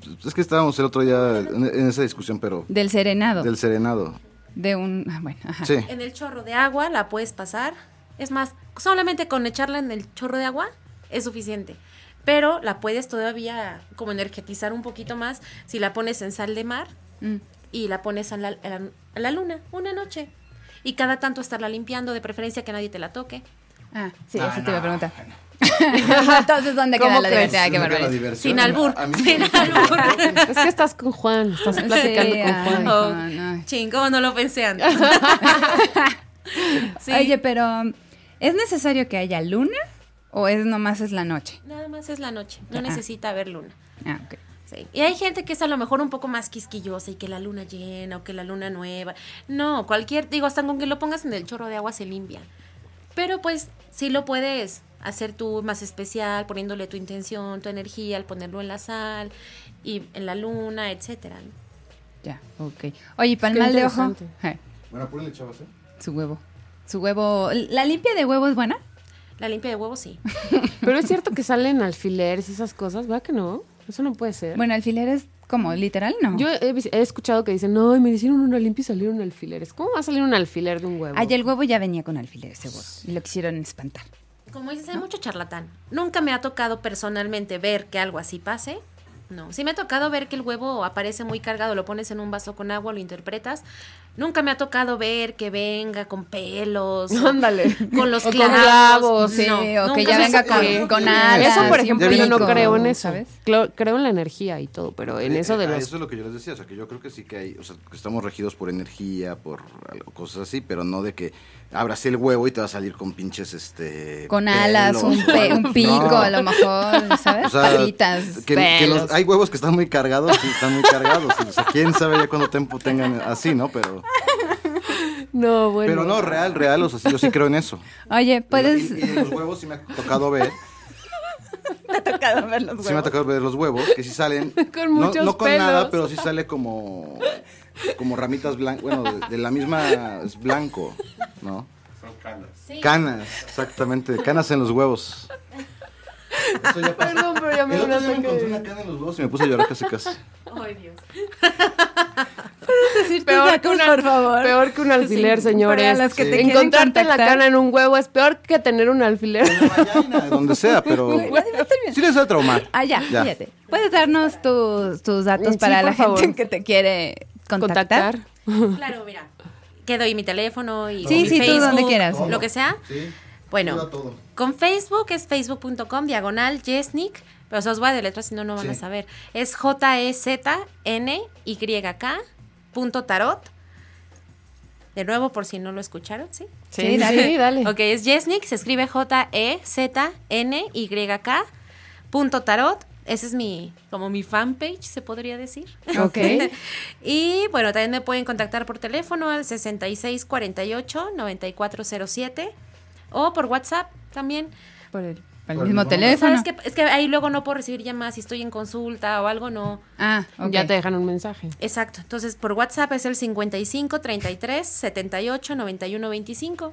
G: Pues Es que estábamos el otro día en, en esa discusión, pero
E: Del serenado.
G: del serenado.
E: De un... ah, Bueno, ajá.
G: Sí.
I: En el chorro de agua la puedes pasar. Es más, solamente con echarla en el chorro de agua es suficiente. Pero la puedes todavía como energetizar un poquito más si la pones en sal de mar
E: Mm.
I: y la pones a la, a la- a la luna una noche. Y cada tanto estarla limpiando, de preferencia que nadie te la toque.
E: Ah, sí, eso te iba a preguntar. Entonces, ¿dónde queda
F: ¿Cómo
E: la
F: crees?
E: diversidad?
G: ¿Dónde
E: Qué
G: queda la
E: barbaridad.
G: diversión?
I: Sin albur.
G: A mí-
I: Sin albur.
F: Es que estás con Juan, estás platicando
E: Sí,
F: con
E: ay,
F: Juan.
I: Oh,
E: Juan, ay.
I: Chingo, no lo pensé antes. Sí.
E: Oye, pero ¿es necesario que haya luna o es nomás es la noche?
I: Nada más es la noche.
E: Ah.
I: No necesita haber luna.
E: Ah, ok.
I: Sí. Y hay gente que es a lo mejor un poco más quisquillosa y que la luna llena o que la luna nueva. No, cualquier, digo, hasta con que lo pongas en el chorro de agua se limpia. Pero pues sí lo puedes hacer tú más especial, poniéndole tu intención, tu energía, al ponerlo en la sal y en la luna, etcétera. ¿no?
E: Ya, ok. Oye, para el mal de ojo,
F: interesante.
E: Ay,
G: Bueno, ponle, chavos, ¿eh?
E: su huevo. Su huevo. ¿La limpia de huevo es buena?
I: La limpia de huevos sí.
F: Pero es cierto que salen alfileres y esas cosas, ¿verdad que no? Eso no puede ser.
E: Bueno, alfiler es como literal, ¿no?
F: Yo he, vis- he escuchado que dicen, no, me hicieron una limpia y salieron alfileres. ¿Cómo va a salir un alfiler de un huevo?
E: Ay, el huevo ya venía con alfiler, seguro. Y lo quisieron espantar.
I: Como dices, hay mucho charlatán. Nunca me ha tocado personalmente ver que algo así pase. No, sí me ha tocado ver que el huevo aparece muy cargado, lo pones en un vaso con agua, lo interpretas. Nunca me ha tocado ver que venga con pelos. o
F: Ándale.
I: Con los
F: O con
I: clavos.
F: clavos, sí,
I: No,
E: o que
I: nunca
E: ya
I: me ha
E: venga
I: tocado.
E: con, con
G: Eso,
E: alas.
F: eh, eso, por
E: y
F: ejemplo,
G: ya
F: yo no
G: vi
E: pico,
G: con-
F: creo en eso.
E: ¿Sabes?
F: Clo- creo en la energía y todo, pero en
G: Eh,
F: eso de
G: eh, ah,
F: los...
G: Eso es lo que yo les decía, o sea, que yo creo que sí que hay, o sea, que estamos regidos por energía, por algo- cosas así, pero no de que abras el huevo y te va a salir con pinches, este...
E: Con alas,
G: pelos
E: un,
G: o
E: pe-
G: algo.
E: un pico,
G: No.
E: a lo mejor, ¿sabes?
G: O sea,
E: Patitas.
G: que, que los-
F: pelos.
G: hay huevos que están muy cargados, sí, están muy cargados. O sea, quién sabe ya cuánto tiempo tengan así, ¿no? Pero,
F: No, bueno.
E: Pues
G: pero no, real, real, o sea, sí, yo sí creo en eso.
E: Oye, puedes.
G: Y, y de los huevos sí me ha tocado ver,
E: Me ha tocado ver los
G: sí me ha tocado ver los huevos, que sí salen...
F: Con
G: no-
F: muchos
G: No, con nada,
F: pelos.
G: pero sí sale como... Como ramitas blancas, bueno, de, de la misma, es blanco, ¿no? Canas, exactamente. Canas en los huevos. Eso ya pasó.
F: Perdón, pero ya me
G: El
F: dio un
G: otro día me encontré
F: ataque.
G: una cana en los huevos y me puse a llorar casi casi.
I: Ay, Dios.
E: Pues
F: Peor que, una-
E: por favor.
F: peor que un alfiler,
E: Sí,
F: señores.
E: para las que te quieren
F: Encontrarte la
E: contactar.
F: cara en un huevo es peor que tener un alfiler.
G: Vallaina, donde sea, pero sí les va a traumar.
E: Ah, ya,
G: Ya.
E: fíjate. ¿Puedes darnos tus, tus datos
F: Sí,
E: para
F: por
E: la gente
F: favor.
E: que te quiere contactar?
F: Contactar.
I: Claro, mira. Que doy mi teléfono y
E: Sí,
I: mi
E: sí, tú donde
I: Facebook,
E: quieras.
I: Lo que sea.
G: Sí.
I: Bueno,
G: Iba todo.
I: con Facebook es facebook.com diagonal Yesnik, pero se os voy a deletrear si no, no van a
G: Sí.
I: saber. Es E J-E-Z-N-Y-K punto tarot. De nuevo, por si no lo escucharon, ¿sí?
E: Sí, dale.
F: sí, dale.
I: Ok, es Yesnik, se escribe E J-E-Z-N-Y-K punto tarot. Ese es mi, como mi fanpage, se podría decir.
F: Ok.
I: y bueno, también me pueden contactar por teléfono al 6648-9407 o por WhatsApp también.
E: Por el, para el
G: Por el
E: mismo
G: mismo.
E: teléfono.
I: ¿Sabes qué? Es que ahí luego no puedo recibir llamadas si estoy en consulta o algo, no.
E: Ah, ok.
F: Ya te dejan un mensaje.
I: Exacto. Entonces, por WhatsApp es el 55 33 78 91 25.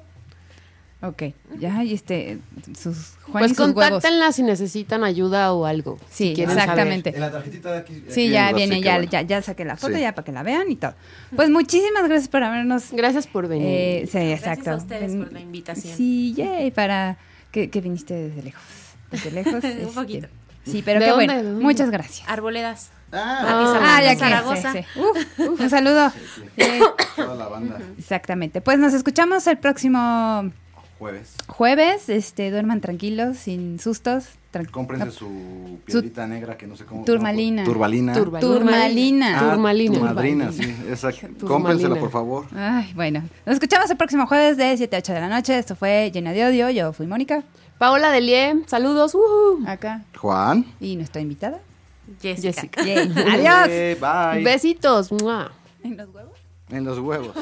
E: Ok, ya, y este, sus Juan
F: Pues
E: y sus huevos.
F: contáctenla si necesitan ayuda o algo.
E: Sí,
F: si quieren
E: exactamente.
G: En la tarjetita de aquí.
E: Sí,
G: aquí
E: ya
G: nos da,
E: viene,
G: sí,
E: ya,
G: qué bueno.
E: ya, ya saqué la foto,
G: Sí.
E: ya para que la vean y todo. Pues muchísimas gracias por habernos.
F: saber. Gracias por venir.
E: eh, sí, exacto.
I: a ustedes por
E: Ven-
I: la invitación.
E: Sí, yay, para que, que viniste desde lejos. Desde lejos. este,
I: Un poquito.
E: Sí, pero
F: ¿De
E: qué
F: dónde,
E: bueno.
F: de dónde?
E: Muchas gracias.
I: Arboledas.
G: Ah,
I: Aquí
F: Ah,
I: Zaragoza,
F: ya
E: que-
I: Zaragoza.
E: sí, sí. Uf, uf, un saludo. Eh,
G: toda la banda.
E: exactamente. Pues nos escuchamos el próximo
G: Jueves.
E: jueves. Este, duerman tranquilos, sin sustos. tran-
G: Cómprense
E: no,
G: su piedrita negra que no sé cómo.
E: Ah. Turmalina.
G: Turbalina.
F: Turbalina.
E: Turmalina.
G: Ah,
F: Turmalina.
G: tu madrina, sí. Esa,
F: Turmalina.
G: cómprensela, por favor.
E: Ay, bueno. Nos escuchamos el próximo jueves de 7 a 8 de la noche. Esto fue Llena de Odio. Yo fui Mónica,
F: Paola Delie, saludos. ujú.
E: acá,
G: Juan.
E: y nuestra invitada.
I: Jessica.
F: Jessica.
E: Yay. Adiós.
G: Eh, bye.
F: Besitos. mua.
E: ¿En los huevos?
G: En los huevos.